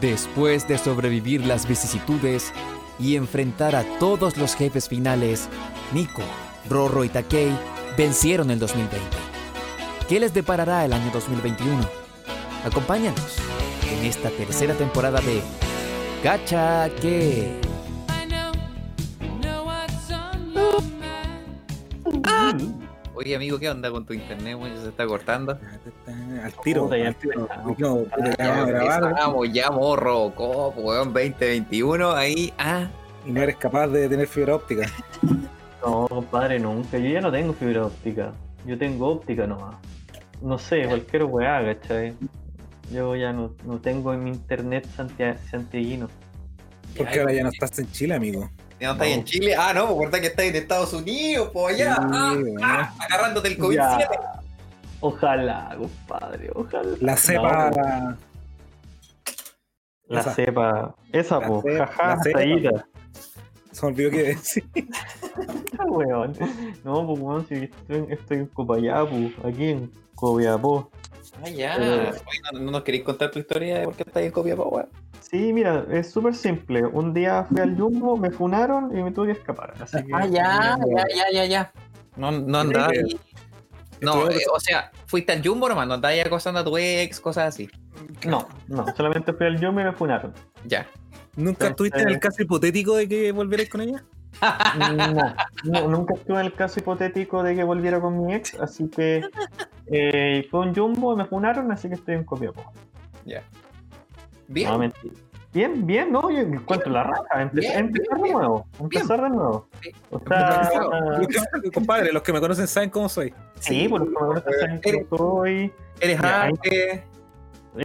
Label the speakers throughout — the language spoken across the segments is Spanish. Speaker 1: Después de sobrevivir las vicisitudes y enfrentar a todos los jefes finales, Nico, Rorro y Takei vencieron el 2020. ¿Qué les deparará el año 2021? Acompáñanos en esta tercera temporada de Cacha que.
Speaker 2: Oye, amigo, ¿qué onda con tu internet? güey? se está cortando.
Speaker 3: Al tiro.
Speaker 4: Puta, ya.
Speaker 3: al tiro. No,
Speaker 4: Ah,
Speaker 2: Ya,
Speaker 3: vamos a grabar
Speaker 2: empezamos, ya morro, copo, weón, 2021, ahí, ah,
Speaker 3: y no eres capaz de tener fibra óptica.
Speaker 4: No, compadre, nunca. Yo ya no tengo fibra óptica. Yo tengo óptica nomás. No sé, cualquier weá, ¿cachai? Yo ya no, no tengo en mi internet santia- santiaguino.
Speaker 3: Porque ahora ya no estás en Chile, amigo.
Speaker 2: ya no estáis en Chile, ah, no, por que estáis en Estados Unidos, pues allá, ah,
Speaker 3: Sí,
Speaker 2: ah, agarrándote el COVID-7.
Speaker 4: Ya. Ojalá, compadre, ojalá.
Speaker 3: La cepa.
Speaker 4: No, pues. la
Speaker 3: esa.
Speaker 4: cepa. Esa,
Speaker 3: La
Speaker 4: po.
Speaker 3: ce-
Speaker 4: Jaja,
Speaker 3: la cepa.
Speaker 4: sayita.
Speaker 3: Se me olvidó que decir.
Speaker 4: Ah, weón. No, pues weón, si estoy, estoy en Copayapu, aquí en Copiapó.
Speaker 2: Ah, ya.
Speaker 4: Pero-
Speaker 2: Oye, ¿no, no nos queréis contar tu historia de por qué estáis en Copiapó, weón?
Speaker 4: Sí, mira, es súper simple. Un día fui al Jumbo, me funaron y me tuve que escapar. Así que,
Speaker 2: Ah, ya, ya, ya. No, no andaba.
Speaker 3: andabas-
Speaker 2: No, eh, o sea, fuiste al Jumbo nomás, no andabas ahí acosando a tu ex, cosas así.
Speaker 4: No, no, solamente fui al Jumbo y me funaron.
Speaker 2: Ya.
Speaker 3: ¿Nunca estuviste en el caso hipotético de que volvieras con ella?
Speaker 4: No, no, nunca estuve en el caso hipotético de que volviera con mi ex, así que eh, fue un Jumbo y me funaron, así que estoy en Copiapó.
Speaker 2: Bien.
Speaker 4: No, mentira. Bien, bien, no, yo encuentro la raja. Empe-
Speaker 2: Bien,
Speaker 4: empezar
Speaker 2: bien,
Speaker 4: de nuevo, empezar de nuevo.
Speaker 2: Sí.
Speaker 4: O sea, ah,
Speaker 2: Empezar de
Speaker 3: Los que- compadre, los que me conocen saben cómo soy.
Speaker 4: sí, por lo menos saben que estoy.
Speaker 2: Eres
Speaker 4: Ya, ahí-
Speaker 2: arte.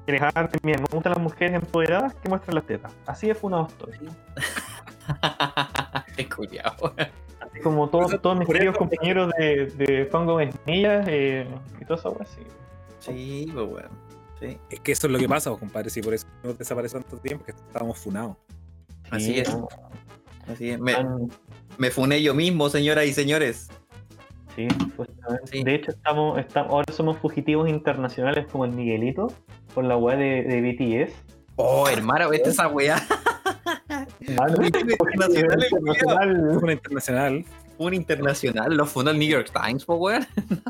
Speaker 4: Eres arte, mira, me gustan las mujeres empoderadas que muestran las tetas. Así de funado estoy.
Speaker 2: Qué culiao.
Speaker 4: Así como todos, todos mis
Speaker 3: Por eso-
Speaker 4: queridos compañeros de, de Fango Ventanilla eh, y todo eso, así.
Speaker 2: Sí, pues, weón. Sí.
Speaker 3: Es que eso es lo que pasa, vos, compadre. Si por eso no desapareció tanto tiempo, que estábamos funados.
Speaker 4: Ah.
Speaker 2: Así
Speaker 4: Sí,
Speaker 2: es.
Speaker 4: no,
Speaker 2: Así es. Me,
Speaker 4: tan-
Speaker 2: me funé yo mismo, señoras y señores.
Speaker 4: sí, justamente.
Speaker 2: Sí.
Speaker 4: De hecho, estamos, estamos, ahora somos fugitivos internacionales como el Miguelito, por la weá de, de BTS.
Speaker 2: Oh, hermano, vete esa weá. Internacional, el culiao.
Speaker 4: internacional.
Speaker 3: Una internacional.
Speaker 2: Un internacional, lo fundó el New York Times, pues, weón.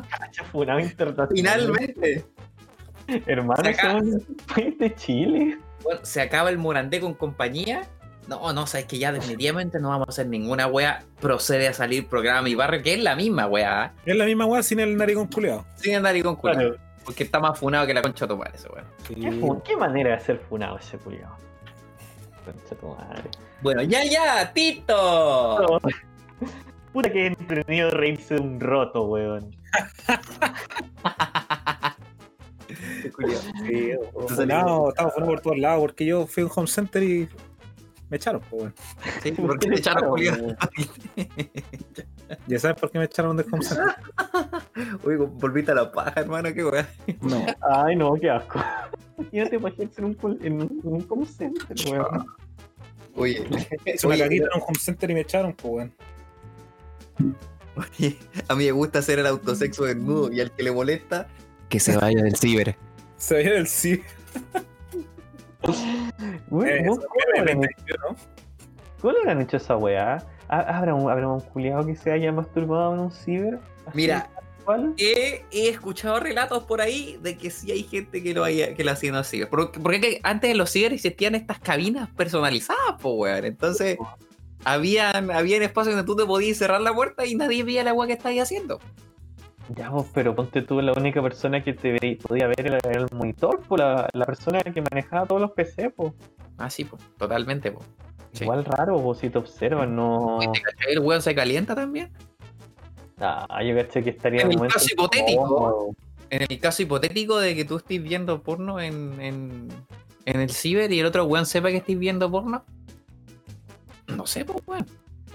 Speaker 4: Cacha, funado internacional.
Speaker 2: Finalmente.
Speaker 4: Hermano,
Speaker 2: Acá.
Speaker 4: somos un país de Chile.
Speaker 2: Bueno, se acaba el Morandé con compañía. No, no, sabes que ya definitivamente no vamos a hacer ninguna wea. Procede a salir programa y barrio, que es la misma wea. ¿eh?
Speaker 3: Es la misma weá sin el narigón culeado.
Speaker 2: Sin andar y con culo.
Speaker 4: Claro,
Speaker 2: Porque está más funado que la concha de tu madre, ese weón.
Speaker 4: ¿Qué, fu- qué manera de ser funado ese culiao? Concha tu madre.
Speaker 2: Bueno, ya, ya, Tito.
Speaker 4: Puta que entretenido reírse de un roto, weón. Sí,
Speaker 3: Funado, estaba funado por todos lados porque yo fui a un home center y me echaron. Pues, bueno.
Speaker 2: Sí, porque te echaron, Julio.
Speaker 3: Ya sabes por qué me echaron del
Speaker 4: Ah.
Speaker 3: home center.
Speaker 2: Uy, volviste a la paja, hermano, qué weá.
Speaker 3: No.
Speaker 4: Ay, no, qué asco. Imagínate imaginarse en un, call- en un, en un call center, weón.
Speaker 2: Oye,
Speaker 3: Hice una
Speaker 2: Oye,
Speaker 3: caguita en un home center y me echaron, pues, weón.
Speaker 2: a mí me gusta hacer el autosexo desnudo y al que le molesta.
Speaker 1: Que se vaya del ciber.
Speaker 3: Se veía del sí.
Speaker 4: Weón,
Speaker 3: Eh,
Speaker 4: ¿vos
Speaker 3: eso
Speaker 4: ¿Cómo
Speaker 3: me-
Speaker 4: le
Speaker 3: me-
Speaker 4: habrán
Speaker 3: me-
Speaker 4: hecho-
Speaker 3: ¿no?
Speaker 4: cómo le habrán hecho esa weá? ¿Ha- ¿Habrá un, habrá un culiao que se haya masturbado en un ciber? ¿Así,
Speaker 2: Mira.
Speaker 4: ¿Cuál?
Speaker 2: He, he escuchado relatos por ahí de que sí hay gente que lo, haya, que lo hacía en los ciber. Por- Porque, que antes en los ciber existían estas cabinas personalizadas, po, weón. Entonces, habían, habían espacios donde tú te podías cerrar la puerta y nadie veía la agua que estabas haciendo.
Speaker 4: Ya, vos, pero ponte tú la única persona que te ve- podía ver era el, monitor, po, la, la persona que manejaba todos los PC, po.
Speaker 2: Ah, sí, po, totalmente, po. Sí.
Speaker 4: Igual raro, vos, si te observan, no.
Speaker 2: Oye, ¿te cachai? El weón se calienta también.
Speaker 4: Ah, yo caché que estaría
Speaker 2: En
Speaker 4: un
Speaker 2: el
Speaker 4: momento
Speaker 2: caso hipotético.
Speaker 4: incómodo.
Speaker 2: En el caso hipotético de que tú estés viendo porno en, en, en el ciber y el otro weón sepa que estés viendo porno. No sé, po, weón.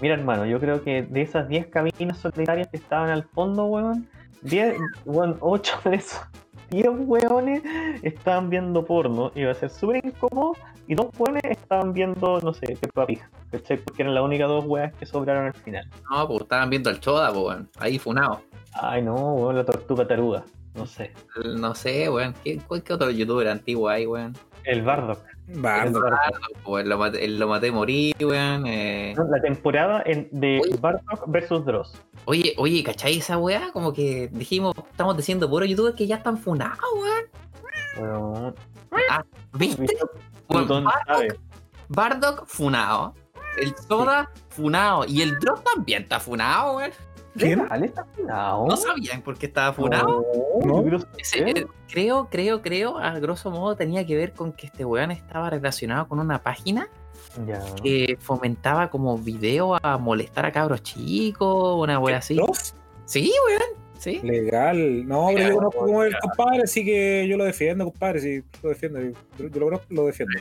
Speaker 4: Mira, hermano, yo creo que de esas 10 cabinas solitarias que estaban al fondo, weón, 10, weón, 8 de esos 10 weones estaban viendo porno. Iba a ser súper incómodo. Y dos weones estaban viendo, no sé, Peppa Pig, ¿cachai? Porque eran las únicas dos weas que sobraron al final.
Speaker 2: No, pues estaban viendo al Choda, po, weón. Ahí funado.
Speaker 4: Ay, no, weón, la tortuga taruga. No sé.
Speaker 2: No sé, weón. ¿Qué, cuál- qué otro youtuber antiguo hay, weón?
Speaker 4: El Bardock.
Speaker 3: Bardo.
Speaker 2: Weón, Lo maté, lo maté morí, weón. eh.
Speaker 4: ¿no? La temporada en- de
Speaker 2: Oye.
Speaker 4: Bardock versus Dross.
Speaker 2: Oye, oye, ¿cachai esa weá? Como que dijimos, estamos diciendo puros youtubers que ya están funados, weón.
Speaker 4: Weón,
Speaker 2: ¿Viste? Weón,
Speaker 4: Plutón
Speaker 2: Bardock,
Speaker 4: sabe.
Speaker 2: Bardock funado. El Soda funado. Y el Drop también está funado, weón.
Speaker 3: ¿Quién?
Speaker 4: Legal, está funado.
Speaker 2: No sabían por qué estaba funado.
Speaker 4: No,
Speaker 3: No.
Speaker 4: yo creo que
Speaker 2: Ese- eh, creo, creo, creo, a grosso modo tenía que ver con que este weón estaba relacionado con una página
Speaker 4: sí. Ya.
Speaker 2: que fomentaba como video a molestar a cabros chicos, una weá así.
Speaker 3: Dos.
Speaker 2: Sí, weón, sí.
Speaker 3: Legal. No, pero
Speaker 2: Legal,
Speaker 3: yo conozco como el compadre, así que yo lo defiendo, compadre. Sí, lo defiendo. Yo, yo lo conozco, lo defiendo.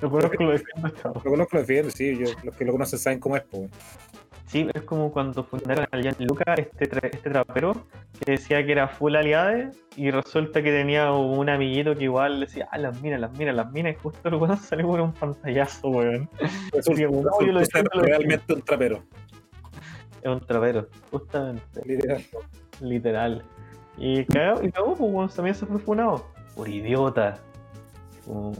Speaker 4: Lo conozco, lo defiendo, chavo.
Speaker 3: Lo conozco, lo defiendo, sí. Yo, los que lo conocen saben cómo es, pues.
Speaker 4: Sí, es como cuando fundaron al Gianluca, este, tra- este trapero, que decía que era full aliade y resulta que tenía un amiguito que igual decía, ah, las minas, las minas, las minas, y justo el weón salió con un pantallazo, weón.
Speaker 3: Resulta,
Speaker 4: Sí, bueno, yo lo
Speaker 3: resulta
Speaker 4: defiendo, lo
Speaker 3: realmente un trapero.
Speaker 4: Es un trapero, justamente,
Speaker 3: Literal.
Speaker 4: literal. Y cagó, y cagó, pues weón, también se fue funado. Por idiota. Mm.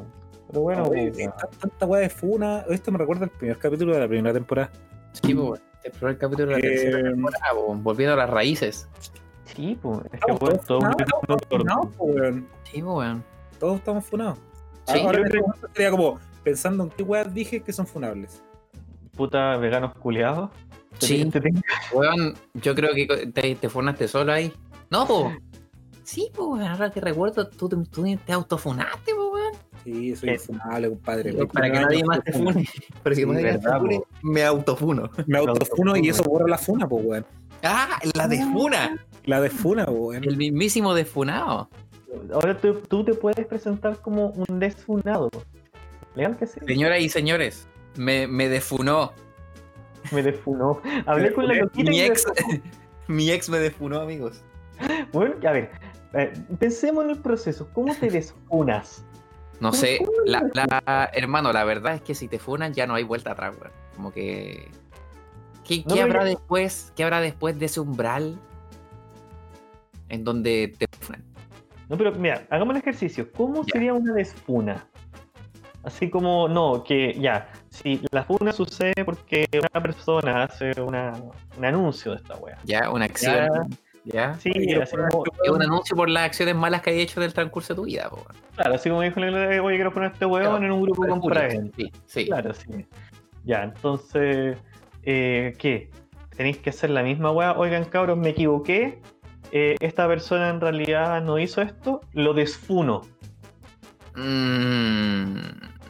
Speaker 4: Pero bueno,
Speaker 3: Oye,
Speaker 4: pues,
Speaker 3: tan- tanta weá de funa. Esto me recuerda al primer capítulo de la primera temporada.
Speaker 2: Sí, pues, weón. El primer capítulo de la
Speaker 3: Eh,
Speaker 2: tercera temporada, weón, volviendo a las raíces.
Speaker 4: sí, pues, es que
Speaker 3: Estamos
Speaker 4: weón,
Speaker 3: todos
Speaker 4: todo
Speaker 3: funados,
Speaker 4: un-
Speaker 3: estamos todos funados, po, weón.
Speaker 2: Sí, pues, weón.
Speaker 3: Todos estamos funados.
Speaker 2: Sí,
Speaker 3: Ahora
Speaker 4: yo
Speaker 3: en este
Speaker 4: creo-
Speaker 3: momento sería como pensando en qué weas dije que son funables.
Speaker 4: puta veganos culiados. Este
Speaker 2: Sí,
Speaker 4: Te- te-
Speaker 2: weón, yo creo que te, te funaste solo ahí. No, pues. Sí, pues, weón, ahora que recuerdo, tú, te- tú te autofunaste, pues, weón.
Speaker 3: Sí, soy
Speaker 4: Eh,
Speaker 3: infunable, compadre.
Speaker 2: Pero para que nadie más te fune. Pero si
Speaker 4: Sí,
Speaker 2: nadie más te
Speaker 4: verdad,
Speaker 2: fune, me autofuno.
Speaker 3: Me autofuno y eso borra la funa, pues, weón.
Speaker 2: Ah, la desfuna.
Speaker 3: La desfuna, po, weón.
Speaker 2: El mismísimo desfunado.
Speaker 4: Ahora tú, tú te puedes presentar como un desfunado. Legal que sí.
Speaker 2: Señoras y señores, me, me defunó.
Speaker 4: Me defunó. Hablé con la
Speaker 3: Mi
Speaker 4: loquita y
Speaker 2: Mi
Speaker 4: me
Speaker 2: ex, mi ex me defunó, amigos.
Speaker 4: defunó. Bueno, a ver, eh, pensemos en el proceso. ¿Cómo te desfunas?
Speaker 2: No sé, la, la- hermano, la verdad es que si te funan ya no hay vuelta atrás, weón. Como que. ¿Qué,
Speaker 4: No,
Speaker 2: qué
Speaker 4: pero
Speaker 2: habrá
Speaker 4: yo-
Speaker 2: después? ¿Qué habrá después de ese umbral en donde te funan?
Speaker 4: No, pero mira, hagamos el ejercicio. ¿Cómo
Speaker 2: Ya.
Speaker 4: sería una desfuna? Así como, no, que ya, si la funa sucede porque una persona hace una, un anuncio de esta wea.
Speaker 2: Ya, una acción. Ya.
Speaker 4: Sí,
Speaker 3: Oye,
Speaker 4: así como,
Speaker 2: Es un anuncio por las acciones malas que hay hecho del transcurso de tu vida, po, weón.
Speaker 4: claro, así como dijo el oye, quiero poner a este weón
Speaker 2: Claro,
Speaker 4: en un grupo de compra
Speaker 2: Sí, sí.
Speaker 4: Claro, sí. Ya, entonces, eh, ¿qué? Tenéis que hacer la misma weá. Oigan, cabros, me equivoqué. Eh, esta persona en realidad no hizo esto. Lo desfuno.
Speaker 2: Mm.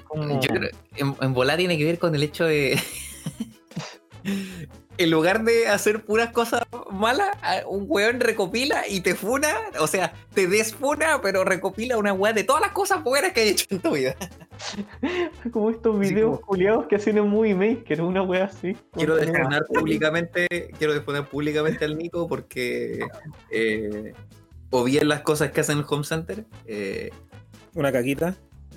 Speaker 4: Como-
Speaker 2: Yo creo, en, en volá tiene que ver con el hecho de. en lugar de hacer puras cosas malas, a- un weón recopila y te funa, o sea, te desfuna, pero recopila una weá de todas las cosas buenas que hay hecho en tu vida.
Speaker 4: como estos
Speaker 2: así
Speaker 4: videos
Speaker 2: como-
Speaker 4: culiados que hacen en Movie Maker, una weá así.
Speaker 2: Quiero
Speaker 4: Como-
Speaker 2: desfunar públicamente, quiero desfunar públicamente al Nico porque. eh, o bien las cosas que hacen en el home center, eh,
Speaker 3: Una caquita.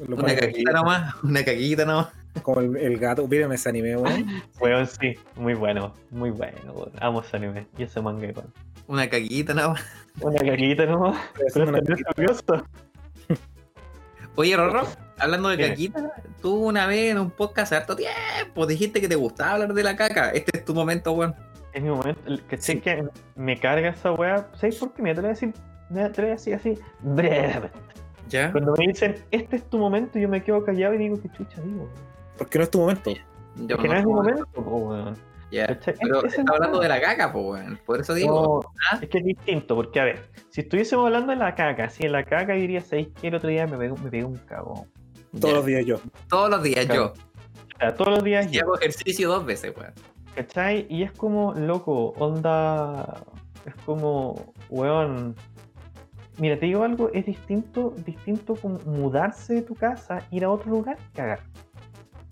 Speaker 3: Lo
Speaker 2: una
Speaker 3: pone
Speaker 2: caquita nomás, una caquita nomás.
Speaker 3: Como el, el gato. Miren ese anime, weón.
Speaker 4: Weón, sí. Muy bueno, muy bueno. weón. Amo ese anime y ese manga igual.
Speaker 2: Una caquita nomás.
Speaker 4: Una caquita nomás.
Speaker 3: Estoy
Speaker 4: Pero
Speaker 3: haciendo una
Speaker 2: este-
Speaker 4: está
Speaker 3: caquita.
Speaker 4: nervioso.
Speaker 2: Oye, Rorro, hablando de
Speaker 4: Dime.
Speaker 2: caquita, tú una vez en un podcast hace harto tiempo dijiste que te gustaba hablar de la caca. Este es tu momento, weón.
Speaker 4: Es mi momento. el- Que sé
Speaker 2: Sí.
Speaker 4: que me carga esa weá. ¿Sabes por qué? Me atrevo a decir. Me atrevo a decir así. Breve.
Speaker 2: ¿Ya?
Speaker 4: Cuando me dicen, este es tu momento, yo me quedo callado y digo, que chucha digo?
Speaker 3: Porque no es tu momento.
Speaker 2: Yo
Speaker 4: Que ¿Este no es mi momento, po, weón.
Speaker 2: Ya.
Speaker 4: ¿Cachai?
Speaker 2: Eh, Pero
Speaker 4: Ese es
Speaker 2: está hablando
Speaker 4: el
Speaker 2: ¿ah?
Speaker 4: momento. Oh.
Speaker 2: de la caca, po, weón. Por eso digo,
Speaker 4: No, es que es distinto, porque a ver, si estuviésemos hablando de la caca, si en la caca diría, ¿sabéis que el otro día me pegó, me pegó un cagón?
Speaker 2: ya,
Speaker 3: Todos los días yo.
Speaker 2: todos los días
Speaker 4: Claro.
Speaker 2: yo.
Speaker 4: O sea, todos los días
Speaker 2: Y
Speaker 4: yo,
Speaker 2: hago ejercicio dos veces, weón.
Speaker 4: ¿cachai? Y es como, loco, onda, es como, weón. Mira, te digo algo, es distinto, distinto con mudarse de tu casa, ir a otro lugar y cagar.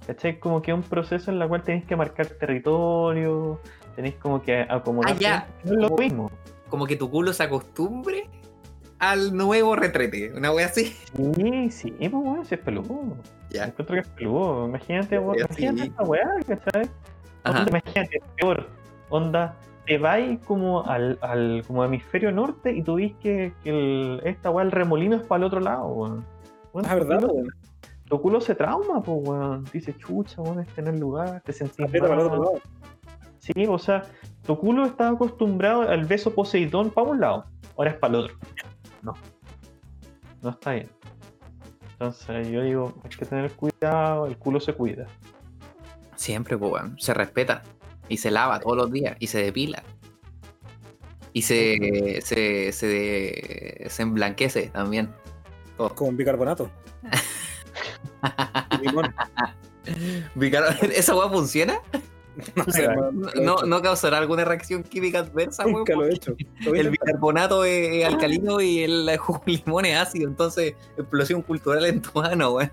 Speaker 4: ¿Cachai? Como que es un proceso en el cual tenés que marcar territorio, tenés como que acomodar.
Speaker 2: Ah, ya.
Speaker 4: No es lo mismo.
Speaker 2: Como que tu culo se acostumbre al nuevo retrete. Una wea así.
Speaker 4: Sí, sí, pues weón, si es peludo.
Speaker 2: Ya.
Speaker 4: Encuentro que es peludo. Imagínate, weón,
Speaker 2: Sí,
Speaker 4: imagínate
Speaker 2: sí.
Speaker 4: esta weá, ¿cachai?
Speaker 2: Ajá.
Speaker 4: Onda, imagínate, peor. Onda, te vais como al, al como hemisferio norte y tú ves que, que el, esta weá, el remolino es para el otro lado, weón. Weón,
Speaker 3: Es Ah, verdad,
Speaker 4: tu culo-
Speaker 3: weón.
Speaker 4: Tu culo se trauma, pues, weón. Dice, chucha, weón, este no es el lugar, te sentís
Speaker 3: Aprieta para el
Speaker 4: mal.
Speaker 3: otro lado.
Speaker 4: Sí, o sea, tu culo está acostumbrado al beso Poseidón para un lado, ahora es para el otro. No. No está bien. Entonces yo digo, hay que tener cuidado, el culo se cuida.
Speaker 2: Siempre, pues, weón. Se respeta. Y se lava todos los días. Y se depila. Y se, se, se, se emblanquece también.
Speaker 3: Con bicarbonato. Y limón.
Speaker 2: Bicar- ¿Esa weá funciona?
Speaker 3: No sé, hermano,
Speaker 2: ¿No, no causará alguna reacción química adversa, weón?
Speaker 3: Nunca lo he hecho. Lo he
Speaker 2: El
Speaker 3: intentado. Ah.
Speaker 2: bicarbonato es alcalino y el jugo de limón es ácido, entonces explosión cultural en tu mano, weón.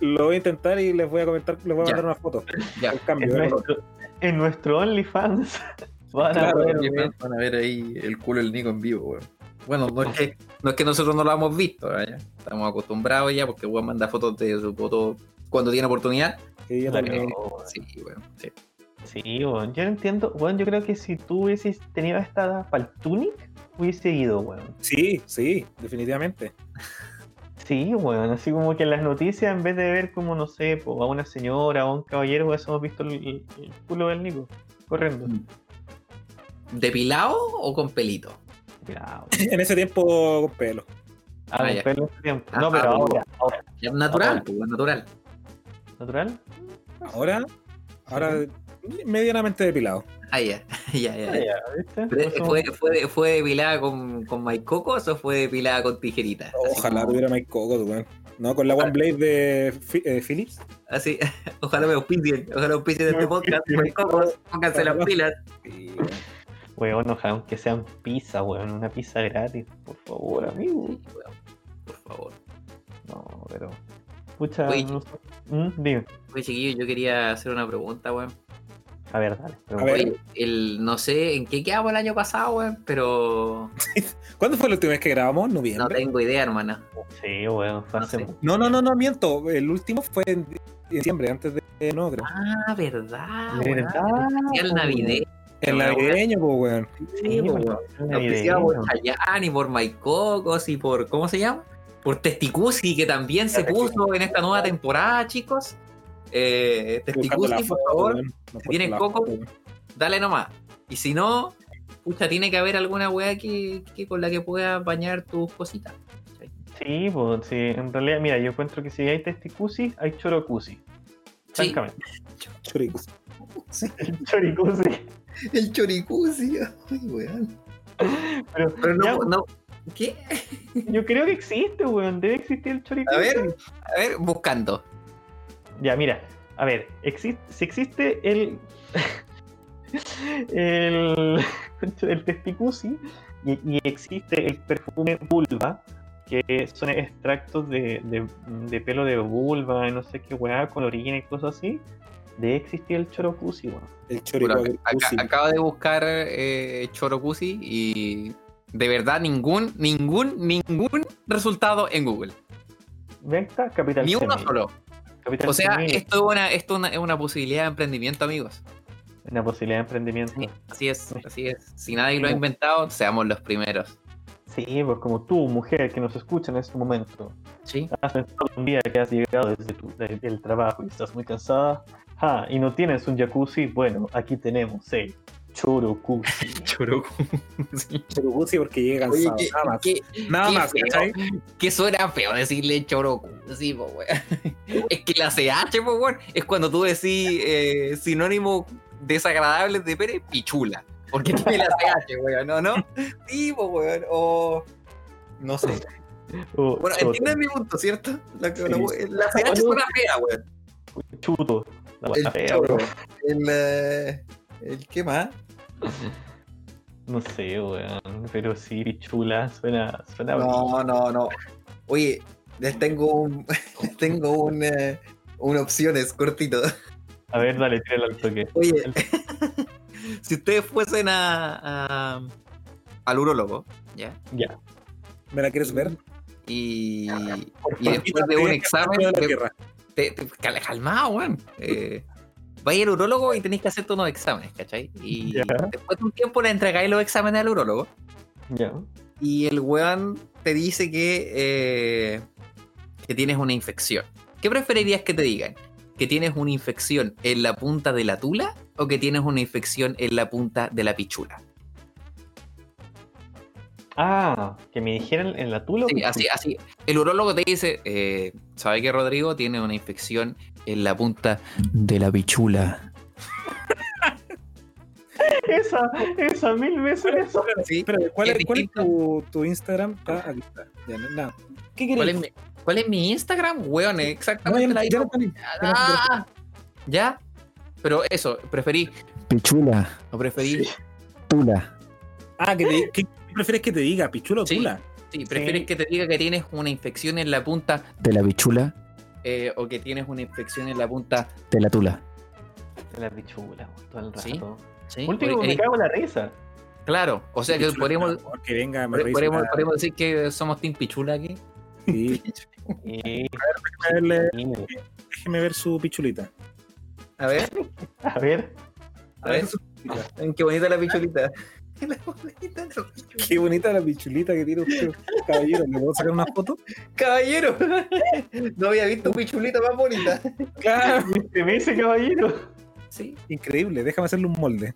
Speaker 3: Lo voy a intentar y les voy a comentar, les voy a
Speaker 2: Ya.
Speaker 3: mandar una foto.
Speaker 2: Ya.
Speaker 3: El cambio,
Speaker 4: En
Speaker 3: ¿verdad?
Speaker 4: nuestro, en nuestro OnlyFans van a
Speaker 3: Claro,
Speaker 4: ver,
Speaker 3: weón.
Speaker 4: weón.
Speaker 2: van a ver ahí el culo del Nico en vivo, weón. Bueno, no es que, no es que nosotros no lo hemos visto, ¿verdad? Ya estamos acostumbrados ya porque weón manda fotos de su foto cuando tiene oportunidad.
Speaker 3: Sí, yo
Speaker 4: Claro,
Speaker 3: también.
Speaker 4: weón.
Speaker 2: Sí, weón. Sí.
Speaker 4: Sí, weón. Yo no entiendo, weón, yo creo que si tú hubieses tenido esta edad pa'l Tunic, hubiese ido, weón.
Speaker 3: Sí, sí, definitivamente.
Speaker 4: Sí, weón, así como que en las noticias, en vez de ver como, no sé, po, a una señora o a un caballero, weón, hemos visto el, el- el culo del Nico corriendo.
Speaker 2: Mm. ¿Depilado o con pelito?
Speaker 4: Mira, weón.
Speaker 3: En ese tiempo con pelo.
Speaker 4: Ah,
Speaker 2: Ah,
Speaker 4: con
Speaker 2: ya.
Speaker 4: pelo en su tiempo.
Speaker 2: Ah,
Speaker 4: No, pero
Speaker 2: ah,
Speaker 4: ahora, ahora,
Speaker 2: Ya Natural,
Speaker 4: Ahora.
Speaker 2: pues, weón, natural.
Speaker 4: ¿natural?
Speaker 3: Ahora, ahora medianamente depilado.
Speaker 2: Ah, ya, ya, ya.
Speaker 4: Ah,
Speaker 2: ya.
Speaker 4: ya, ¿viste?
Speaker 2: Pero,
Speaker 4: Somos-
Speaker 2: ¿Fue, fue, fue depilada con, con maicocos o fue depilada con tijerita? Así
Speaker 3: Ojalá
Speaker 2: como-
Speaker 3: tuviera Mike Coco, tú, weón. No, con la One Blade de Fi- eh, Philips.
Speaker 2: Así, ojalá me auspicien, ojalá auspicien este podcast, maicocos, pónganse las pilas.
Speaker 3: Sí, weón.
Speaker 4: Weón, ojalá aunque sean pizza, weón, una pizza gratis, por favor, amigo.
Speaker 2: Sí, weón, Por favor.
Speaker 4: No, pero. Pucha,
Speaker 2: Oye.
Speaker 4: no sé. Mm, Dime.
Speaker 2: Oye, chiquillos, yo quería hacer una pregunta, weón.
Speaker 4: A ver, dale. pero-
Speaker 3: A ver.
Speaker 2: Oye, el, no sé en qué quedamos el año pasado, weón, pero
Speaker 3: ¿Cuándo fue la última vez que grabamos?
Speaker 2: no
Speaker 3: ¿Noviembre?
Speaker 2: tengo idea, hermana.
Speaker 4: Sí, weón, fue
Speaker 2: No
Speaker 4: hace
Speaker 2: sé.
Speaker 4: mucho.
Speaker 3: No, no, no, no, miento. El último fue en diciembre, antes de eh, no, creo.
Speaker 2: Ah, verdad, weón.
Speaker 4: ¿Verdad?
Speaker 2: Especial navideño.
Speaker 3: El navideño, pues, weón.
Speaker 4: Sí,
Speaker 2: po,
Speaker 4: weón,
Speaker 2: weón.
Speaker 4: fue
Speaker 2: Auspiciado por
Speaker 4: navideño.
Speaker 2: Chayanne y por Maicocos y por, ¿cómo se llama? Por Testicusi, que también se
Speaker 3: Testicusi.
Speaker 2: puso en esta nueva temporada, chicos. Eh,
Speaker 3: Buscando la
Speaker 2: Testicusi, por
Speaker 3: foto,
Speaker 2: favor.
Speaker 3: weón. No
Speaker 2: tienen
Speaker 3: encuentro la
Speaker 2: coco,
Speaker 3: foto, weón.
Speaker 2: dale nomás. Y si no, pucha, tiene que haber alguna weá que, que con la que puedas bañar tus cositas.
Speaker 4: Sí, pues, sí, en realidad, mira, yo encuentro que si hay testicusi, hay chorocusi.
Speaker 2: Sí,
Speaker 4: Francamente.
Speaker 3: Churicos.
Speaker 4: Choricusi.
Speaker 2: el choricuzi. Ay, weón.
Speaker 4: Pero,
Speaker 2: Pero no,
Speaker 4: ya,
Speaker 2: no. ¿Qué?
Speaker 4: yo creo que existe, weón. Debe existir el choricusi.
Speaker 2: A ver, a ver, buscando.
Speaker 4: Ya, mira. A ver, existe, si existe el. el. el testicusi y, y existe el perfume vulva, que son extractos de, de, de pelo de vulva, y no sé qué weá, con orina y cosas así. Debe existir el chorocusi, weón.
Speaker 3: El chorico.
Speaker 2: Pura, acá- acabo de buscar eh, chorocuzi y de verdad ningún, ningún, ningún resultado en Google.
Speaker 4: Venta, capital.
Speaker 2: Ni uno
Speaker 4: Semilla.
Speaker 2: solo.
Speaker 4: Capital
Speaker 2: O sea,
Speaker 4: Semilla.
Speaker 2: esto es una, esto es una, es una posibilidad de emprendimiento, amigos.
Speaker 4: Una posibilidad de emprendimiento.
Speaker 2: Sí, así es, así es. Si nadie lo ha inventado, seamos los primeros.
Speaker 4: Sí, pues como tú, mujer, que nos escucha en este momento.
Speaker 2: Sí.
Speaker 4: Has pensado un día que has llegado desde tu, de- del trabajo y estás muy cansada. Ah, y no tienes un jacuzzi. Bueno, aquí tenemos el chorocuzi.
Speaker 2: Chorocuzi.
Speaker 3: Churicusi porque llega
Speaker 2: Oye,
Speaker 3: cansado.
Speaker 2: ¿qué,
Speaker 3: Nada más.
Speaker 2: qué- qué feo.
Speaker 3: Nada más, ¿cachai?
Speaker 2: qué suena feo decirle chorocuzi, po, weón. Es que la CH, po, weón, es cuando tú decís eh, sinónimo desagradable de Pérez, pichula. Porque tiene la CH, weón, ¿no? ¿No? Sí, po, weón. O. No sé.
Speaker 4: O
Speaker 2: Bueno,
Speaker 4: choto,
Speaker 2: entienden mi punto, ¿cierto? La, la-
Speaker 3: Sí.
Speaker 2: la CH suena fea, weón.
Speaker 4: chuto. La
Speaker 2: El
Speaker 4: wea fea,
Speaker 2: choro.
Speaker 4: weón.
Speaker 2: El, eh, el qué más.
Speaker 4: No sé, weón. Pero sí, pichula. Suena. suena
Speaker 2: No, no, no. Oye, les tengo un. les tengo un. eh, un opciones cortito.
Speaker 4: A ver, dale, tírala al toque.
Speaker 2: Oye, si ustedes fuesen a. a- al urólogo, ¿ya?
Speaker 4: Ya.
Speaker 3: ¿Me la quieres ver?
Speaker 2: Y. y después de un examen.
Speaker 3: De la
Speaker 2: de-
Speaker 3: tierra.
Speaker 2: te- te- cala- calmado, weón. Eh, vais al urólogo y tenéis que hacerte unos exámenes, ¿cachai? Y
Speaker 4: Ya.
Speaker 2: después de un tiempo le entregáis los exámenes al urólogo
Speaker 4: Ya.
Speaker 2: y el weón te dice que, eh, que tienes una infección. ¿Qué preferirías que te digan? ¿Que tienes una infección en la punta de la tula o que tienes una infección en la punta de la pichula?
Speaker 4: Ah, que me dijeran en la tula.
Speaker 2: Sí, así, así. El urólogo te dice, eh, ¿sabe que Rodrigo tiene una infección en la punta de la pichula?
Speaker 4: Esa, esa, mil veces eso.
Speaker 2: Sí.
Speaker 3: Espérate, ¿cuál
Speaker 2: Es
Speaker 3: es, cuál es
Speaker 2: distinto.
Speaker 3: tu, tu Instagram? Ah, aquí está. Ya, no, nada. ¿Qué
Speaker 2: ¿Cuál
Speaker 3: querés?
Speaker 2: es mi, cuál es mi Instagram? Weón, es
Speaker 3: No,
Speaker 2: exactamente
Speaker 3: ya,
Speaker 2: la
Speaker 3: no- ya
Speaker 2: misma.
Speaker 3: no está ni-
Speaker 2: Ah, ¿Ya? Pero eso, preferí.
Speaker 1: Pichula,
Speaker 2: O preferí. Sí,
Speaker 1: tula.
Speaker 3: Ah, que te- ¿qué qué prefieres que te diga? ¿Pichula o
Speaker 2: Sí.
Speaker 3: tula?
Speaker 2: prefieres
Speaker 4: Sí.
Speaker 2: que te diga que tienes una infección en la punta
Speaker 1: De la bichula,
Speaker 2: eh, o que tienes una infección en la punta.
Speaker 1: de la tula.
Speaker 4: La pichula, weón, todo el rato.
Speaker 2: Sí. ¿sí?
Speaker 4: Último,
Speaker 2: O-
Speaker 4: me
Speaker 2: eh,
Speaker 4: cago en la risa.
Speaker 2: claro, o sea que
Speaker 3: Pichula,
Speaker 2: podríamos,
Speaker 3: por favor, Que venga, me reviso.
Speaker 2: podríamos,
Speaker 3: Ah,
Speaker 2: podríamos decir que somos Team Pichula aquí.
Speaker 3: sí.
Speaker 4: Y-
Speaker 3: A ver, le-
Speaker 4: y-
Speaker 3: Déjeme ver su pichulita.
Speaker 2: A ver,
Speaker 4: A ver,
Speaker 2: a ver. Qué bonita la pichulita. La bonita la pichulita.
Speaker 3: Qué bonita la pichulita que tiene usted, caballero. ¿Le puedo sacar una foto?
Speaker 2: Caballero, no había visto pichulita más bonita.
Speaker 3: Claro.
Speaker 4: se me dice caballero.
Speaker 2: Sí,
Speaker 3: Increíble, déjame hacerle un molde.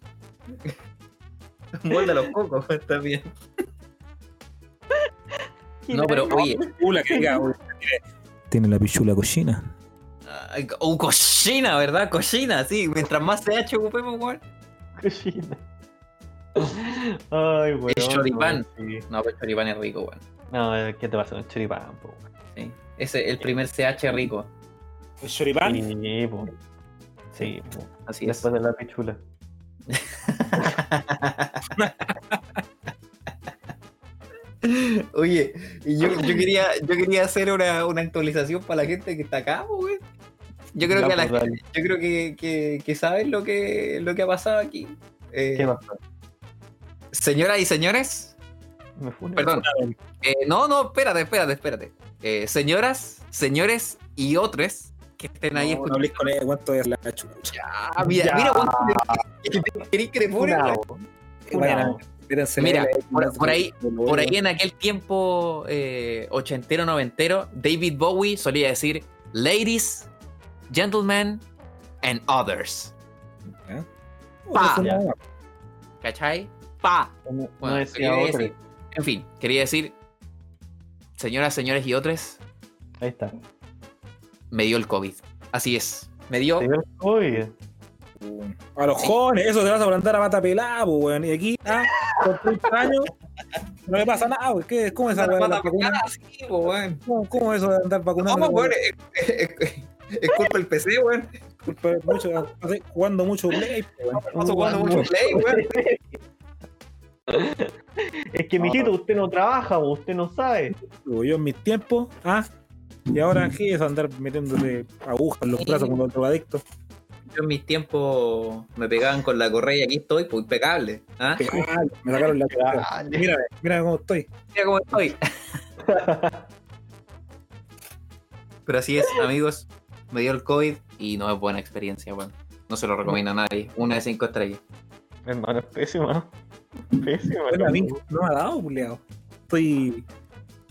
Speaker 2: muerda los cocos, está bien. No, pero oye,
Speaker 3: Pichula, que diga, uy, mire, Tiene la pichula cochina.
Speaker 2: Ay, Oh, cochina, ¿verdad? Cochina, sí. Mientras más CH ocupemos, weón.
Speaker 4: Cochina. Ay, weón.
Speaker 2: Es choripán.
Speaker 4: weón, sí.
Speaker 2: No, pero el choripán es rico, weón.
Speaker 4: No, eh, ¿qué te pasa? Un choripán, po, weón.
Speaker 2: Sí. Ese, el primer CH rico.
Speaker 3: El choripán.
Speaker 4: Sí, po. Sí, po.
Speaker 2: Así es.
Speaker 4: Después de la pichula.
Speaker 2: Oye, y yo, yo quería, yo quería hacer una, una actualización para la gente que está acá, po, weón. Yo creo
Speaker 4: Ya,
Speaker 2: que a la
Speaker 4: pues, dale.
Speaker 2: gente- yo creo que, que, que saben lo que, lo que ha pasado aquí. Eh,
Speaker 4: ¿Qué pasa?
Speaker 2: señoras y señores.
Speaker 4: Me funen.
Speaker 2: Perdón. Eh, no, no, espérate, espérate, espérate. Eh, señoras, señores y otros que estén ahí
Speaker 3: No, no hables con él, cuánto es la chucha.
Speaker 2: Ah, mira,
Speaker 4: Ya.
Speaker 2: mira, vos, que te- que te- querés que te ponen,
Speaker 4: Funao,
Speaker 3: Vayan a-
Speaker 4: funao.
Speaker 3: mírense,
Speaker 2: Mira,
Speaker 3: leanle,
Speaker 2: por- por ahí-
Speaker 3: leanle.
Speaker 2: Por ahí en aquel tiempo eh, ochentero, noventero, David Bowie solía decir ladies, gentlemen and others.
Speaker 3: Ah,
Speaker 4: Ya.
Speaker 2: ¿Cachai? Pa.
Speaker 4: No,
Speaker 2: Bueno,
Speaker 4: no
Speaker 2: quería
Speaker 4: decía otro.
Speaker 2: decir- en fin, quería decir, señoras, señores y otros,
Speaker 4: Ahí está.
Speaker 2: me dio el COVID. Así es, me dio.
Speaker 4: Te veo- Uy,
Speaker 3: A los jóvenes, eso te vas a plantar a mata pelada, pues, weón. Y aquí, ah, con 30 años, no le pasa nada, weón. ¿Qué? ¿Cómo es esa
Speaker 2: Una
Speaker 3: weón?
Speaker 2: pata pegada, sí, po, weón.
Speaker 3: ¿Cómo, cómo es eso de andar vacunando?
Speaker 2: No, weón, es- es es culpa del PC, weón.
Speaker 3: Pero mucho, no sé, jugando mucho play, pues, weón.
Speaker 2: Paso jugando mucho play, weón.
Speaker 4: es que mijito, usted no trabaja, usted no sabe.
Speaker 3: yo en mis tiempos, ah, y ahora qué es andar metiéndose agujas en los brazos como otro adicto.
Speaker 2: Yo en mis tiempos me pegaban con la correa y aquí estoy, pues impecable. ¿ah?
Speaker 3: Me sacaron la cara.
Speaker 2: Impecable.
Speaker 3: Mírame, mira cómo estoy.
Speaker 2: Mira cómo estoy. Pero así es, amigos. Me dio el COVID y no es buena experiencia, bueno. No se lo recomiendo a nadie. Una de cinco estrellas.
Speaker 4: Hermano, es pésima. Pésima.
Speaker 3: Bueno, a mí no me ha dado, puleado. Estoy.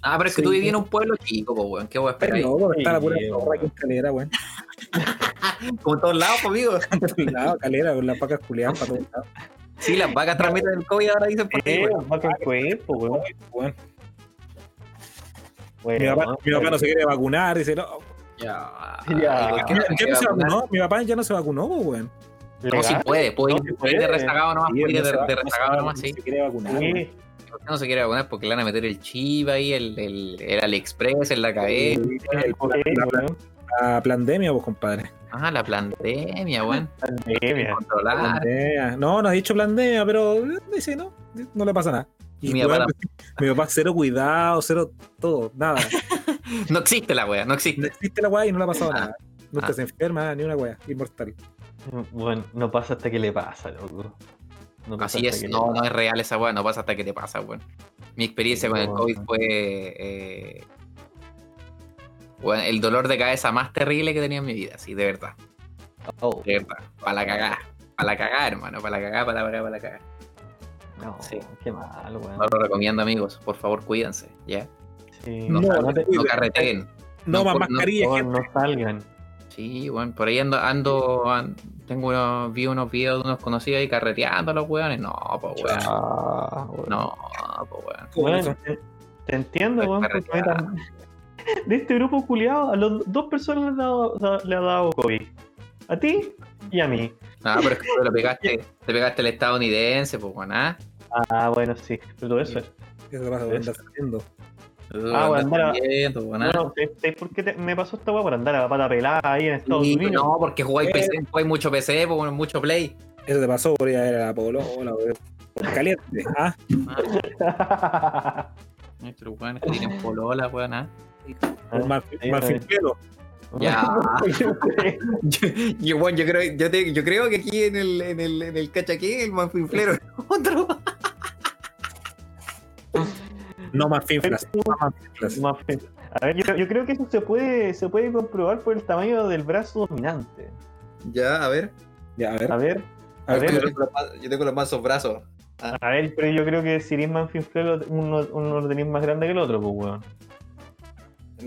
Speaker 2: Ah, pero es que
Speaker 3: Sí.
Speaker 2: tú vivías en un pueblo chico, pues, weón. ¿Qué voy a esperar?
Speaker 3: Estoy
Speaker 2: ahí?
Speaker 3: loco, está la pura
Speaker 4: Sí,
Speaker 3: zorra aquí en calera, weón.
Speaker 2: Como en todos lados, pues, amigos.
Speaker 3: Por todos lados, calera, con las vacas culeadas para todos lados.
Speaker 2: Sí, las vacas transmiten el COVID ahora dicen por ahí,
Speaker 4: Eh,
Speaker 2: weón.
Speaker 4: va con cuerpo, weón.
Speaker 3: Weón.
Speaker 4: Weón,
Speaker 3: Mi papá, mi papá no se quiere vacunar, dice, no,
Speaker 2: Ya.
Speaker 4: Ya.
Speaker 2: ¿Por qué
Speaker 3: ya,
Speaker 2: no
Speaker 3: ya
Speaker 2: te
Speaker 3: no se
Speaker 2: vacunas?
Speaker 3: vacunó, mi papá ya no se vacunó, pues, weón.
Speaker 2: No, si
Speaker 4: Legal.
Speaker 2: puede, puede,
Speaker 4: No,
Speaker 2: puede,
Speaker 4: si
Speaker 2: ir de
Speaker 4: puede.
Speaker 2: rezagado nomás,
Speaker 3: Sí,
Speaker 2: puede ir
Speaker 3: no
Speaker 2: Ah, de,
Speaker 3: se va-
Speaker 2: de
Speaker 3: no se
Speaker 2: rezagado
Speaker 3: va-
Speaker 2: nomás, sí.
Speaker 3: No se quiere vacunar, weón.
Speaker 4: Sí,
Speaker 2: ¿Por qué no se quiere vacunar? Porque le van a meter el chip ahí, el, el, el AliExpress en la cabeza.
Speaker 4: el
Speaker 3: La-
Speaker 4: coquete,
Speaker 3: la-
Speaker 4: weón.
Speaker 3: La pandemia, pues, compadre.
Speaker 2: Ah, la pandemia, weón.
Speaker 4: Pandemia.
Speaker 2: Controlar.
Speaker 3: Pandemia. No, no has dicho pandemia, pero dice, no, no le pasa nada.
Speaker 2: Mi
Speaker 3: weón,
Speaker 2: papá
Speaker 3: mi papá, cero cuidado, cero todo, nada.
Speaker 2: No existe la wea, no
Speaker 3: No
Speaker 2: existe.
Speaker 3: existe la weá y no le ha pasado
Speaker 2: Ah,
Speaker 3: nada. Nunca
Speaker 2: ah.
Speaker 3: se enferma, ni una weá, inmortal.
Speaker 4: Bueno, no pasa hasta que le pasa, loco. No pasa
Speaker 2: Así
Speaker 4: hasta
Speaker 2: es,
Speaker 4: que le
Speaker 2: no,
Speaker 4: pasa.
Speaker 2: no es real esa wea, no pasa hasta que te pasa, weón. Mi experiencia con el
Speaker 4: No.
Speaker 2: COVID fue. eh, weón, el dolor de cabeza más terrible que tenía en mi vida, sí, de verdad.
Speaker 4: Oh,
Speaker 2: Para la cagada. Para la cagada, hermano. Para la cagada, para la cagada, para la cagada.
Speaker 4: no,
Speaker 2: Sí.
Speaker 4: qué mal, weón.
Speaker 2: No lo recomiendo, amigos. Por favor, cuídense. ¿Ya?
Speaker 4: Sí.
Speaker 2: No,
Speaker 3: No,
Speaker 2: salgan,
Speaker 3: no te
Speaker 2: no
Speaker 3: cuides.
Speaker 2: carreteen.
Speaker 3: No,
Speaker 2: No,
Speaker 3: más
Speaker 2: por- no,
Speaker 3: mascarilla,
Speaker 4: Por favor,
Speaker 3: gente.
Speaker 4: no salgan.
Speaker 2: Sí, bueno, por ahí ando, ando an- tengo unos, vi unos videos de unos conocidos ahí carreteando a los weones. No, pues weón.
Speaker 4: Ah, weón.
Speaker 2: No, pues weón.
Speaker 4: Bueno, te, te entiendo,
Speaker 2: Estoy
Speaker 4: weón, porque a mí también- De este grupo culiado, a los dos personas le ha dado, da- le ha dado COVID. A ti y a mí.
Speaker 2: No, Ah, pero es que tú lo pegaste, te pegaste el estadounidense, pues weón, ¿ah?
Speaker 4: Ah, bueno, sí. Pero eso es.
Speaker 3: Eso pasa, weón, andas haciendo.
Speaker 2: Tú
Speaker 4: Ah,
Speaker 2: andas
Speaker 4: bueno, mira.
Speaker 2: saliendo, pues, weón, ¿ah?
Speaker 4: Bueno, ¿sabes- ¿sabes por qué te- me pasó esta weá por andar a la pata pelada ahí en Estados
Speaker 2: Sí,
Speaker 4: Unidos?
Speaker 2: no, porque jugáis
Speaker 3: Eh.
Speaker 2: PC, jugáis mucho PC, pues, bueno, mucho Play.
Speaker 3: Eso te pasó por ir a ver a la polola, weón. Por Caliente, ¿ah?
Speaker 2: Ah. Estos weones que tienen polola, weón, ¿ah?
Speaker 3: Por mal,
Speaker 4: ahí
Speaker 3: mal
Speaker 4: está.
Speaker 3: finquero.
Speaker 2: Ya. Yo, yo, bueno, yo creo, yo, te- yo creo que aquí en el, en el, en el cachaqué, el manfinflero es otro.
Speaker 3: No más finflas. No más finflas.
Speaker 4: Más fe- A ver, yo, yo creo que eso se puede, se puede comprobar por el tamaño del brazo dominante.
Speaker 2: Ya, a ver.
Speaker 3: Ya, a ver.
Speaker 4: A ver,
Speaker 3: A ver,
Speaker 4: a
Speaker 2: Yo
Speaker 4: ver.
Speaker 2: tengo los ma- yo tengo los mansos brazos.
Speaker 4: a ver, pero yo creo que si eres más finflero, uno, uno lo tenés más grande que el otro, pues, weón.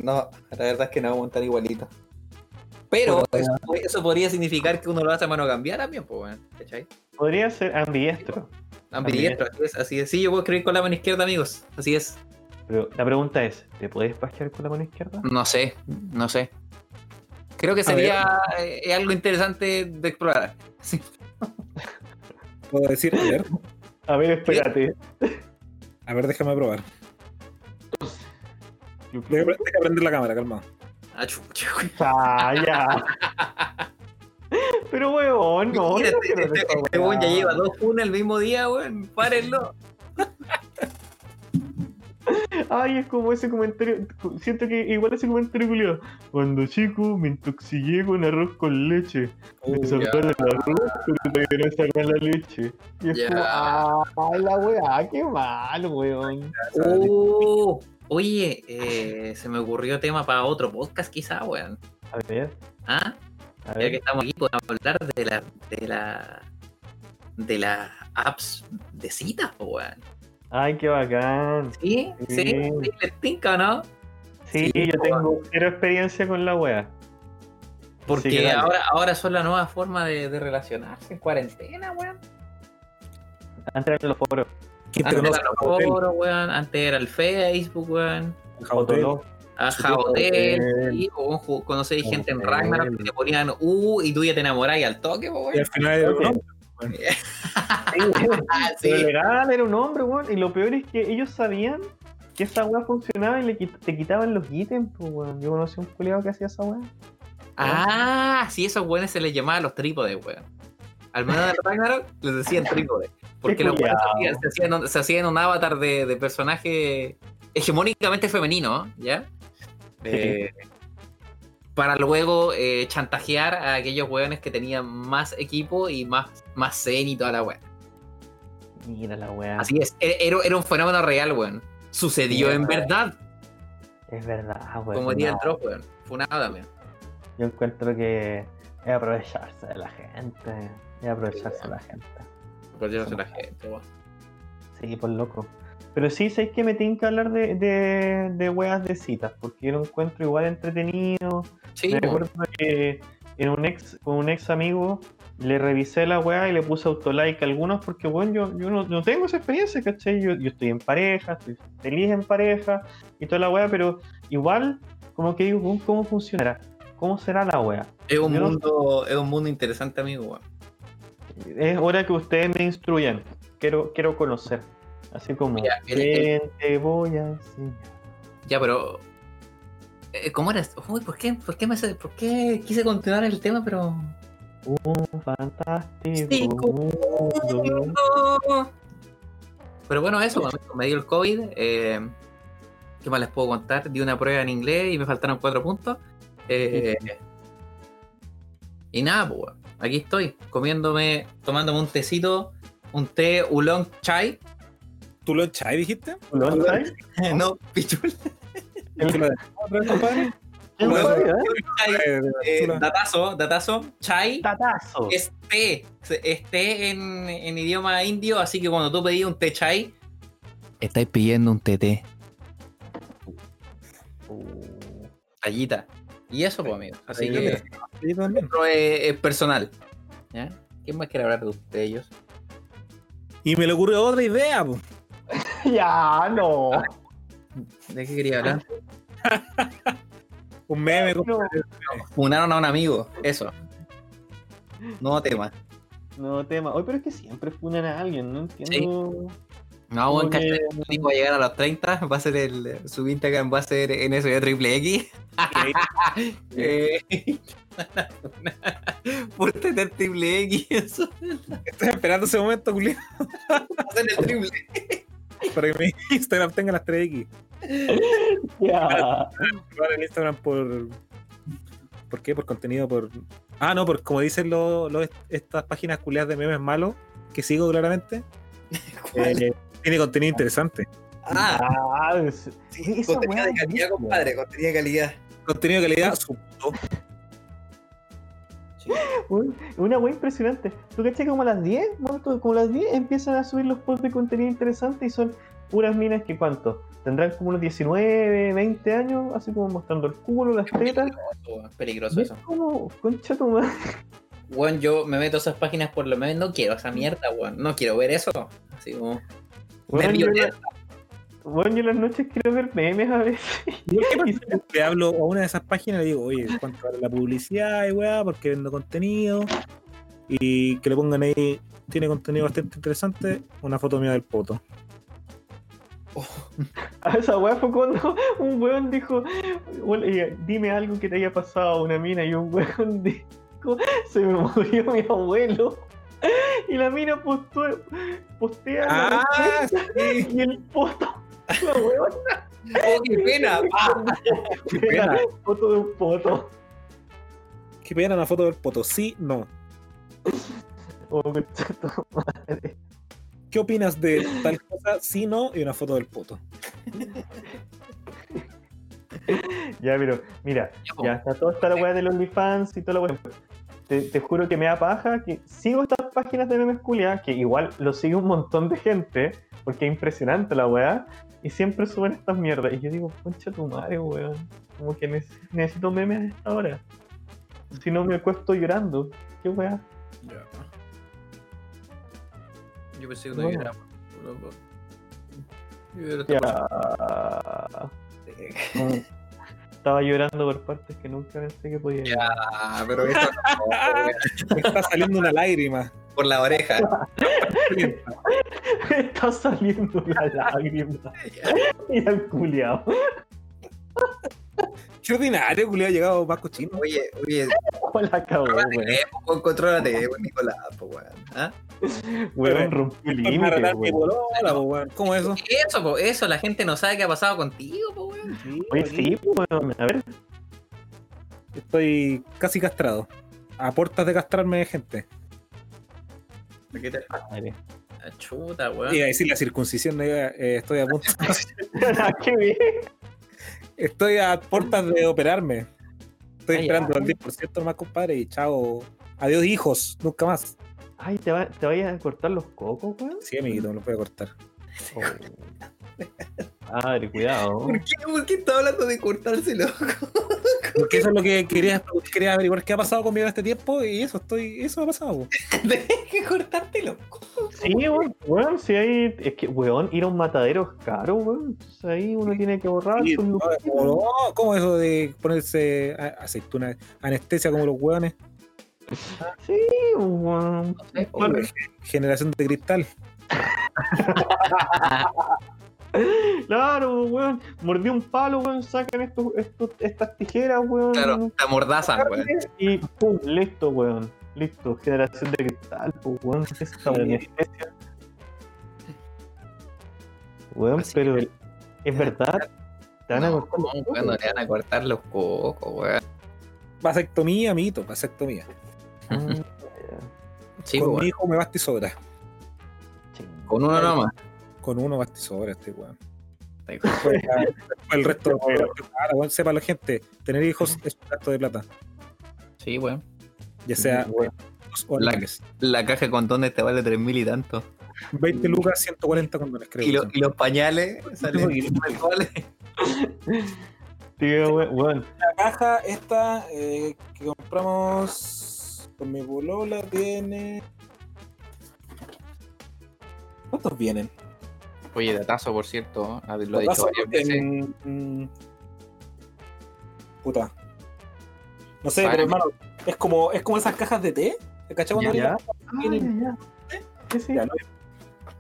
Speaker 2: No, la verdad es que no aguantar igualito. Pero eso, eso podría significar que uno lo hace a mano cambiada también, pues, weón. ¿Cachai?
Speaker 4: Podría ser ambidiestro.
Speaker 2: Ambidiestro, así es, así es. Sí, yo puedo escribir con la mano izquierda, amigos. Así es.
Speaker 4: Pero la pregunta es, ¿te puedes pajear con la mano izquierda?
Speaker 2: No sé, no sé. Creo que sería eh, algo interesante de explorar.
Speaker 3: puedo decir, a ver.
Speaker 4: A ver, espérate.
Speaker 3: A ver, déjame probar.
Speaker 4: Yo
Speaker 3: Déjame,
Speaker 4: creo-
Speaker 3: déjame prender la cámara, calma.
Speaker 2: Ah, chucha, weón.
Speaker 4: Ah, ya. Pero weón, no.
Speaker 2: Mira,
Speaker 4: yo no
Speaker 2: este,
Speaker 4: creo que
Speaker 2: este-
Speaker 4: esa
Speaker 2: este
Speaker 4: weá-
Speaker 2: weón ya lleva dos punas el mismo día, weón. Párenlo.
Speaker 4: Ay, es como ese comentario. Siento que igual ese comentario culiado. Cuando chico me intoxiqué con arroz con leche. Me
Speaker 3: Uh,
Speaker 4: soltaron el arroz, pero me querían sacar la leche. Y es
Speaker 2: Ya.
Speaker 4: como, ay, la weá, qué mal, weón.
Speaker 2: Oh, oye, eh, se me ocurrió tema para otro podcast, quizá, weón.
Speaker 4: A ver,
Speaker 2: ¿Ah?
Speaker 4: a
Speaker 2: Ya que
Speaker 4: ver.
Speaker 2: estamos aquí, podemos hablar de la. de la. de las apps de citas, po, weón.
Speaker 4: Ay, qué bacán.
Speaker 2: ¿Sí? ¿Sí?
Speaker 4: Sí.
Speaker 2: ¿Sí? ¿Les tinca o no?
Speaker 4: Sí,
Speaker 2: Sí, pues,
Speaker 4: yo tengo cero experiencia con la wea.
Speaker 2: Porque
Speaker 4: que dale.
Speaker 2: ahora, ahora son la nueva forma de, de relacionarse en cuarentena, weón.
Speaker 4: Antes eran los foros.
Speaker 3: ¿Quién te
Speaker 2: Antes
Speaker 3: conoce?
Speaker 2: era los
Speaker 3: Hotel,
Speaker 2: foros, weón. Antes era el Facebook, weón.
Speaker 3: hotel.
Speaker 4: Fotolog.
Speaker 2: Ajá,
Speaker 3: Supuesto,
Speaker 2: hotel.
Speaker 4: hotel.
Speaker 2: Sí, po, weón, ju- conocí
Speaker 4: Hotel.
Speaker 2: gente en Ragnarok que te ponían U y tú ya te enamorás y al toque, po,
Speaker 3: Y
Speaker 2: weón.
Speaker 3: al final era un
Speaker 4: Hotel.
Speaker 3: hombre.
Speaker 2: Ah,
Speaker 4: Pero
Speaker 2: sí.
Speaker 4: legal era un hombre, weón. Y lo peor es que ellos sabían que esa weá funcionaba y le quit- te quitaban los ítems, pues, weón. Yo conocí a un culiado que hacía esa weá.
Speaker 2: Ah, sí, esos weones se les llamaba los trípodes, weón. Al menos del Ragnarok les decían trípodes. Porque
Speaker 4: Qué
Speaker 2: los weones
Speaker 4: culiao.
Speaker 2: se hacían- se hacían, un- se hacían un avatar de, de personaje hegemónicamente femenino, ¿ya? Eh, para luego eh, chantajear a aquellos weones que tenían más equipo y más, más zen y toda la weá.
Speaker 4: Mira la weá.
Speaker 2: Así es, e- era, era un fenómeno real, weón. Sucedió en verdad,
Speaker 4: Es verdad, ah, weón.
Speaker 2: como diría el
Speaker 4: Pues No,
Speaker 2: trozo, weón. Funada, también.
Speaker 4: Yo encuentro que es aprovecharse de la gente. Es aprovecharse de la gente.
Speaker 2: Por Dios, la gente, weón.
Speaker 4: Sí, por loco. Pero sí, sé que me tienen que hablar de, de, de weas de citas, porque yo lo encuentro igual entretenido.
Speaker 2: Sí,
Speaker 4: Me
Speaker 2: weón.
Speaker 4: acuerdo que en un ex, con un ex amigo le revisé la weá y le puse autolike a algunos porque, bueno, yo, yo no, no tengo esa experiencia, ¿cachai? Yo, yo estoy en pareja, estoy feliz en pareja y toda la weá, pero igual, como que digo, "Bueno, ¿cómo funcionará? ¿Cómo será la weá?
Speaker 2: Es un
Speaker 4: Yo no-
Speaker 2: mundo, es un mundo interesante, amigo. weón.
Speaker 4: Es hora que ustedes me instruyan. Quiero, quiero conocer. Así como,
Speaker 2: Mira, el-
Speaker 4: "Ven, te voy a enseñar".
Speaker 2: Ya, pero eh, ¿cómo eras? Uy, ¿por qué? ¿Por qué me hace- por qué quise continuar el tema, pero
Speaker 4: Un fantástico
Speaker 2: Sí, como-
Speaker 4: mundo.
Speaker 2: Pero bueno, eso, amigo, me dio el COVID. eh, ¿Qué más les puedo contar? Di una prueba en inglés y me faltaron cuatro puntos. eh, y nada, pues, weón, aquí estoy, comiéndome, tomándome un tecito, un té oolong chai.
Speaker 3: ¿Tú lo chai dijiste?
Speaker 4: ¿Lo sabes?
Speaker 2: no, pichul.
Speaker 3: ¿Tú lo otra vez, compadre?
Speaker 4: Yo no
Speaker 2: Bueno,
Speaker 4: sabía, ¿eh?
Speaker 2: Chai,
Speaker 3: Eh,
Speaker 2: eh,
Speaker 3: chula.
Speaker 2: datazo, datazo. Chai
Speaker 4: Tatazo.
Speaker 2: es té. Se- Es té en, en idioma indio, así que cuando tú pedías un té chai, estáis pidiendo un TT.
Speaker 4: Uh,
Speaker 2: Tallita. Y eso, pues, amigo. Así
Speaker 3: Tallita.
Speaker 2: que
Speaker 3: Sí, también.
Speaker 2: pero es, es personal. ¿Ya? ¿Quién más quiere hablar de, de ellos?
Speaker 3: Y me le ocurrió otra idea, po.
Speaker 4: Ya, no.
Speaker 2: ¿De qué quería hablar?
Speaker 3: un meme. con-
Speaker 4: No,
Speaker 2: Funaron a un amigo. Eso. Nuevo tema.
Speaker 4: no tema. Oye, pero es que siempre funan a alguien, no entiendo.
Speaker 2: No,
Speaker 4: Como
Speaker 2: buen
Speaker 4: que-
Speaker 2: cachai. el tipo va a llegar a los 30. Va a ser el. Su Instagram va a ser NSB triple X. Eh, Por tener triple X. Eso.
Speaker 3: Estoy esperando ese momento, Julián,
Speaker 2: Va a ser el triple.
Speaker 3: para que mi Instagram tenga las 3X.
Speaker 4: Ya.
Speaker 3: Ahora el Instagram por. ¿Por qué? Por contenido, por. Ah, no, por como dicen lo- lo- estas páginas culiadas de memes malos, que sigo claramente. eh, tiene contenido interesante.
Speaker 2: Ah,
Speaker 4: Ah, es-
Speaker 2: sí,
Speaker 4: esa
Speaker 2: contenido
Speaker 4: weá
Speaker 2: de
Speaker 4: es
Speaker 2: calidad,
Speaker 4: buenísima.
Speaker 2: compadre. Contenido de calidad.
Speaker 3: Contenido de calidad, supuesto.
Speaker 4: un- una wea impresionante. ¿Tú cachas como a las 10? bueno, tú- como a las 10 empiezan a subir los posts de contenido interesante y son puras minas que cuánto? Tendrán como unos 19, 20 años, así como mostrando el culo, las tetas.
Speaker 2: Peligroso, peligroso
Speaker 4: Y Es
Speaker 2: eso.
Speaker 4: como, concha tu madre.
Speaker 2: Weón, yo me meto a esas páginas por lo menos. No quiero esa mierda, weón. No quiero ver eso. Así como.
Speaker 4: Bueno,
Speaker 2: nervio
Speaker 4: yo,
Speaker 2: de-
Speaker 4: bueno, yo en las noches quiero ver memes a veces.
Speaker 3: Le hablo a una de esas páginas y le digo, oye, ¿cuánto vale la publicidad y weá? Porque vendo contenido. Y que le pongan ahí, tiene contenido bastante interesante, una foto mía del poto.
Speaker 4: A esa weá fue cuando un weón dijo, "Bueno, eh, dime algo que te haya pasado a una mina y un weón dijo, se me murió mi abuelo. Y la mina postó- postea
Speaker 2: Ah,
Speaker 4: la-
Speaker 3: sí.
Speaker 4: y el poto. La weón
Speaker 2: ¡Oh, qué pena! Ah,
Speaker 3: Qué
Speaker 4: era
Speaker 3: pena,
Speaker 4: foto de un poto.
Speaker 3: qué pena una foto del poto. Sí, no.
Speaker 4: Oh, concha tu madre.
Speaker 3: ¿Qué opinas de tal cosa? Sí, no, y una foto del poto.
Speaker 4: Ya, pero mira,
Speaker 2: ya, po.
Speaker 4: ya está toda esta la weá del OnlyFans y toda la weá. Te, te juro que me da paja que sigo estas páginas de memes culiadas, que igual lo sigue un montón de gente, porque es impresionante la weá, y siempre suben estas mierdas. Y yo digo, concha tu madre, weón. Como que nece- necesito memes a esta hora. Si no me acuesto llorando. Qué weá.
Speaker 2: Yo pensé que
Speaker 4: Bueno.
Speaker 2: no era. Yo era
Speaker 4: Ya.
Speaker 2: otra cosa.
Speaker 4: Estaba llorando por partes que nunca pensé que podía llorar.
Speaker 2: Ah, pero eso no, weón.
Speaker 3: Me está saliendo una lágrima.
Speaker 2: por la oreja.
Speaker 4: Está saliendo la lágrima. Mira el culiao.
Speaker 3: Qué ordinario que le ha llegado más cochino.
Speaker 2: Oye, oye,
Speaker 4: ¿Cómo la acabó, weón?
Speaker 2: contrólate, weón, contrólate, weón, Nicolás, po, weón. ¿Ah?
Speaker 4: Weón, rompí el
Speaker 3: Para
Speaker 4: límite,
Speaker 3: matar mi
Speaker 4: weón.
Speaker 3: polola, po, pues, weón. ¿Cómo es eso?
Speaker 2: Eso, po, eso, la gente no sabe qué ha pasado contigo, po, weón.
Speaker 4: Oye, sí, weón. A ver,
Speaker 3: Estoy casi castrado. A puertas de castrarme de gente.
Speaker 2: ¿Qué te
Speaker 4: madre.
Speaker 2: Ah, Chuta, weón.
Speaker 3: Y a decir la circuncisión, eh, eh, estoy a punto.
Speaker 4: Qué bien.
Speaker 3: Estoy a puertas de operarme. Estoy
Speaker 2: Ah, ya.
Speaker 3: esperando el 10% más, compadre, y chao. Adiós, hijos. Nunca más.
Speaker 4: Ay, ¿te, va- te vayas a cortar los cocos, weón?
Speaker 3: Sí, amiguito, me los voy a cortar.
Speaker 4: Oh. Madre, Oh. cuidado.
Speaker 2: ¿Por qué, ¿Por qué está hablando de cortárselo?
Speaker 3: Porque eso es lo que querías quería averiguar qué ha pasado conmigo en este tiempo y eso estoy eso ha pasado. po.
Speaker 2: Tienes que cortártelo.
Speaker 4: Sí, weón, weón, si hay. Es que, weón, ir a un matadero es caro, weón. Entonces ahí uno tiene que borrar
Speaker 3: Sí,
Speaker 4: sus
Speaker 3: no,
Speaker 4: lujitos.
Speaker 3: Ah, como, no, ¿Cómo es eso de ponerse a- aceituna, anestesia como los hueones?
Speaker 4: Sí, weón.
Speaker 3: Hombre, Generación de cristal.
Speaker 4: Claro, weón. Mordió un palo, weón. Sacan estos, estos, estas tijeras, weón.
Speaker 2: Claro, la mordaza, weón.
Speaker 4: Y pum, listo, weón. Listo, generación de cristal, pues, weón. ¿qué es esa anestesia? Weón,
Speaker 2: Así
Speaker 4: pero
Speaker 2: es.
Speaker 4: el- es verdad. Te van a
Speaker 2: No,
Speaker 4: cortar los
Speaker 2: weón,
Speaker 4: cocos.
Speaker 2: no le van a cortar los cocos, weón.
Speaker 3: Vasectomía, amiguito, vasectomía.
Speaker 4: Ah,
Speaker 2: Sí,
Speaker 3: Con mi
Speaker 2: weón.
Speaker 3: hijo me basta y sobra.
Speaker 4: ching.
Speaker 2: Con uno nomás.
Speaker 3: Con uno basta y sobra este weón.
Speaker 2: Está hijo de puta.
Speaker 3: Pues, ah, el resto de Claro, bueno, sepa la gente, tener hijos es un gasto de plata.
Speaker 2: Sí, weón.
Speaker 3: Ya sea
Speaker 4: Bueno,
Speaker 3: dos o
Speaker 2: La, la caja de condones te vale 3.000 y tanto.
Speaker 3: 20 lucas, 140 condones, creo.
Speaker 2: Y, lo-
Speaker 3: que son.
Speaker 2: y los pañales salen virtuales.
Speaker 4: Tío, we- weón.
Speaker 3: La caja esta eh, que compramos con mi bolola tiene... ¿Cuántos vienen?
Speaker 2: Oye, datazo, por cierto. ¿no? Ah, Lo he dicho
Speaker 3: Paso
Speaker 2: varias veces.
Speaker 3: en- en- Puta. No sé,
Speaker 2: Para
Speaker 3: pero
Speaker 2: mí-
Speaker 3: hermano, es como, es como esas cajas de té. ¿Cachai? Cuando
Speaker 2: Ya.
Speaker 3: abrí la- tienen
Speaker 4: Ah, Sí, sí.
Speaker 3: Ya, ¿no?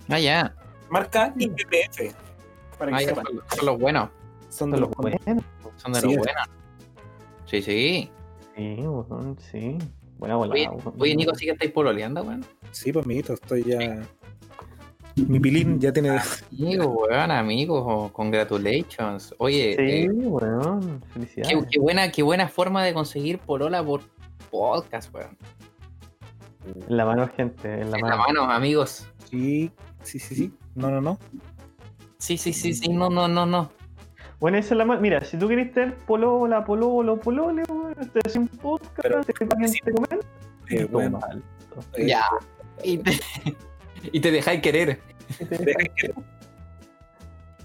Speaker 2: Ah, ya.
Speaker 3: marca IPPF. Para que
Speaker 2: Ah, ya,
Speaker 3: sepan.
Speaker 2: son, son los buenos.
Speaker 3: Son de los
Speaker 4: Son los buenos.
Speaker 2: Son de
Speaker 3: Sí,
Speaker 2: los
Speaker 3: es-
Speaker 2: buenos. Sí, sí.
Speaker 4: Sí, weón, sí. Buena volada,
Speaker 2: Oye,
Speaker 4: weón.
Speaker 2: oye, Nico, sí que estáis pololeando, weón.
Speaker 3: Sí, pues amiguito, estoy ya. Mi pilín ya tiene.
Speaker 2: Amigo, weón, amigos, oh, congratulations. Oye,
Speaker 4: Sí,
Speaker 2: eh,
Speaker 4: weón.
Speaker 2: qué,
Speaker 4: Felicidades.
Speaker 2: qué buena, qué buena forma de conseguir polola por podcast, weón.
Speaker 4: En la mano, gente. En la
Speaker 2: En
Speaker 4: mano.
Speaker 2: la mano, amigos.
Speaker 3: Sí, sí, sí, sí. No, no, no.
Speaker 2: Sí, sí, sí, sí, no, no, no, no.
Speaker 4: Bueno, esa es la mano. Mira, si tú querés tener polola, pololo, polole, weón, te haces un podcast,
Speaker 3: Pero-
Speaker 4: te pagan
Speaker 3: sí.
Speaker 4: de
Speaker 3: Eh,
Speaker 4: comer. Qué
Speaker 3: bueno,
Speaker 4: mal.
Speaker 3: eh,
Speaker 2: Ya. Y te, y te dejáis querer.
Speaker 3: deja que-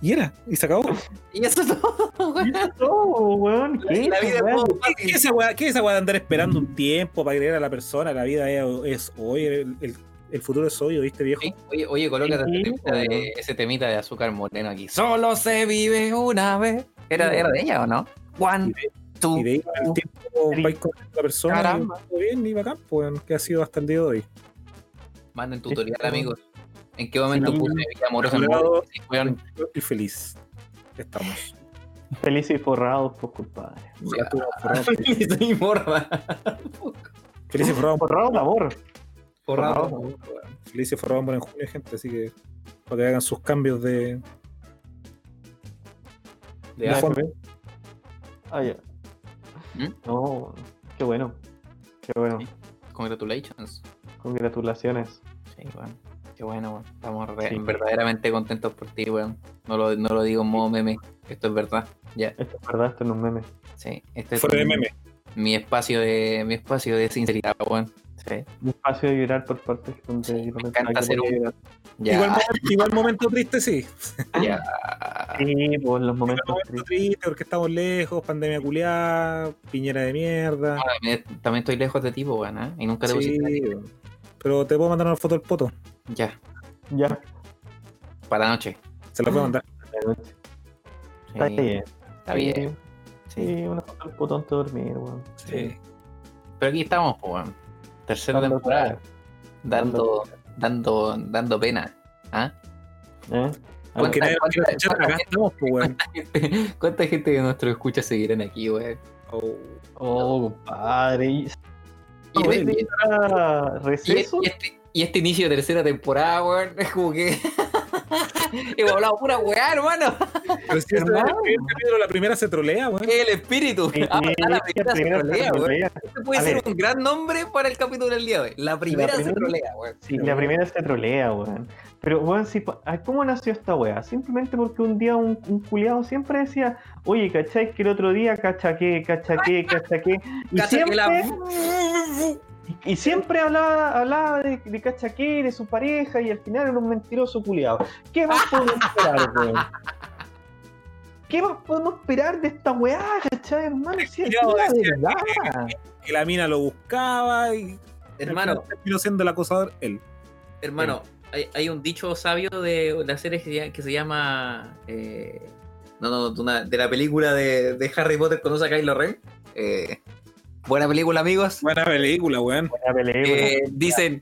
Speaker 3: Y era, y se acabó.
Speaker 2: Y eso es todo, weón.
Speaker 4: No, weón, ¿qué?
Speaker 2: La vida es
Speaker 4: weón?
Speaker 2: muy
Speaker 3: ¿Qué, qué
Speaker 2: fácil.
Speaker 3: esa weá- qué esa weá de andar esperando un tiempo para creer a la persona? La vida es, es hoy, el, el- el futuro es hoy, ¿viste, viejo?
Speaker 2: Sí, Oye, oye, colócate
Speaker 4: Sí,
Speaker 2: ese temita de-
Speaker 4: weón.
Speaker 2: ese temita de azúcar moreno aquí. Solo se vive una vez. ¿Era, era de ella o no? One, two.
Speaker 3: Y de ahí el tiempo vais con la persona. y
Speaker 2: Caramba.
Speaker 3: todo bien, y bacán, pues, que ha sido hasta el día de hoy.
Speaker 2: Manden
Speaker 4: Sí,
Speaker 2: tutorial,
Speaker 4: sí.
Speaker 2: amigos. ¿En qué momento
Speaker 4: Sí.
Speaker 2: puse mi vida amorosa en
Speaker 3: Claro.
Speaker 2: modo? Sí, weón.
Speaker 3: Y feliz. Estamos.
Speaker 4: Feliz y forrado, pues, compadre.
Speaker 2: Ya.
Speaker 3: Ya estuvo forrado.
Speaker 2: Soy morra.
Speaker 3: Feliz y forrado,
Speaker 4: Forrado de amor.
Speaker 2: Forrado.
Speaker 3: feliz y forrado por en junio, gente, así que para que hagan sus cambios de,
Speaker 2: De
Speaker 3: de
Speaker 2: asco.
Speaker 3: fondo.
Speaker 4: Ah, ya.
Speaker 2: ¿Mm?
Speaker 4: No, qué bueno. Qué bueno.
Speaker 2: Sí. Congratulations.
Speaker 4: Congratulaciones.
Speaker 2: Sí, weón. Qué bueno, weón. Estamos re-
Speaker 4: Sí.
Speaker 2: verdaderamente contentos por ti, weón. No lo, no lo digo en modo meme. Esto es verdad. Ya.
Speaker 4: Esto es verdad, esto no es un meme.
Speaker 2: Sí. Este es
Speaker 3: Fuera de
Speaker 2: mi-
Speaker 3: meme.
Speaker 2: Mi espacio de, mi espacio de sinceridad, weón. Sí.
Speaker 4: Un espacio de llorar por partes donde
Speaker 2: Sí, me
Speaker 4: realmente
Speaker 2: encanta
Speaker 4: nadie
Speaker 2: hacer
Speaker 4: puede
Speaker 2: un-
Speaker 4: llorar.
Speaker 2: Ya.
Speaker 3: Igual, momento, igual momento triste, sí.
Speaker 2: ya.
Speaker 4: Sí, pues los
Speaker 3: Igual
Speaker 4: momentos
Speaker 3: momento
Speaker 4: tristes.
Speaker 3: triste porque estamos lejos, pandemia culiada, piñera de mierda.
Speaker 2: Ahora, me- también estoy lejos de ti, po, weón. ¿eh? Y nunca te
Speaker 3: Sí,
Speaker 2: pusiste la-
Speaker 3: pero te puedo mandar una foto del poto.
Speaker 2: Ya.
Speaker 4: Ya,
Speaker 2: Para la noche.
Speaker 3: Se la puedo mandar.
Speaker 4: la noche.
Speaker 2: Sí.
Speaker 4: Está bien.
Speaker 2: Está bien.
Speaker 4: Sí, sí, una foto del potón te dormir, weón.
Speaker 2: Sí. Pero aquí estamos, po, weón. Tercera temporada. Dando, dando, dando pena. ¿Ah?
Speaker 4: ¿Eh?
Speaker 3: Porque nadie nos quiere escuchar. Acá estamos, pues, weón.
Speaker 2: ¿Cuánta gente de nuestro escucha seguirán aquí, weón?
Speaker 3: Oh.
Speaker 4: Oh, compadre. Y...
Speaker 2: Y,
Speaker 4: ¿Hoy
Speaker 2: este-
Speaker 4: día era
Speaker 2: y-
Speaker 4: receso?
Speaker 2: y este, y este inicio de tercera temporada, weón, es como que. Hemos hablado pura weá, hermano.
Speaker 3: Pero si es el
Speaker 4: Hermano.
Speaker 3: primer capítulo, la primera se trolea, weón.
Speaker 2: Es el espíritu.
Speaker 4: Sí,
Speaker 2: Ah, la
Speaker 4: sí,
Speaker 2: primera se
Speaker 4: primero
Speaker 2: trolea,
Speaker 4: se
Speaker 2: weón.
Speaker 4: trolea.
Speaker 2: Este puede
Speaker 4: A
Speaker 2: ser
Speaker 4: ver.
Speaker 2: un gran nombre para el capítulo del día de hoy. La primera se
Speaker 4: primera-
Speaker 2: trolea, weón.
Speaker 4: Sí, la primera se trolea, weón. Pero, weón, si, pa- ah, ¿cómo nació esta weá? Simplemente porque un día un, un culiado siempre decía, oye, ¿cachai? Que el otro día cachaqué, cachaqué, cachaqué. Y
Speaker 2: Cacha que
Speaker 4: siempre,
Speaker 2: la-
Speaker 4: y siempre hablaba, hablaba de, de cachaqué, de su pareja, y al final era un mentiroso culiado. ¿Qué más podemos esperar, weón? ¿Qué más podemos esperar de esta weá, cachai, hermano? Si es
Speaker 3: Culiao
Speaker 4: la
Speaker 3: decía,
Speaker 4: verdad.
Speaker 3: Que la mina lo buscaba y.
Speaker 2: Hermano,
Speaker 3: Terminó siendo el acosador él.
Speaker 2: hermano, hay, hay un dicho sabio de la serie que, se- que se llama. eh, no, no, de, una- de la película de, de Harry Potter conoce a Kylo Ren. Eh, buena película, amigos.
Speaker 3: Buena película, weón.
Speaker 4: Buena pelea,
Speaker 2: Eh, dicen.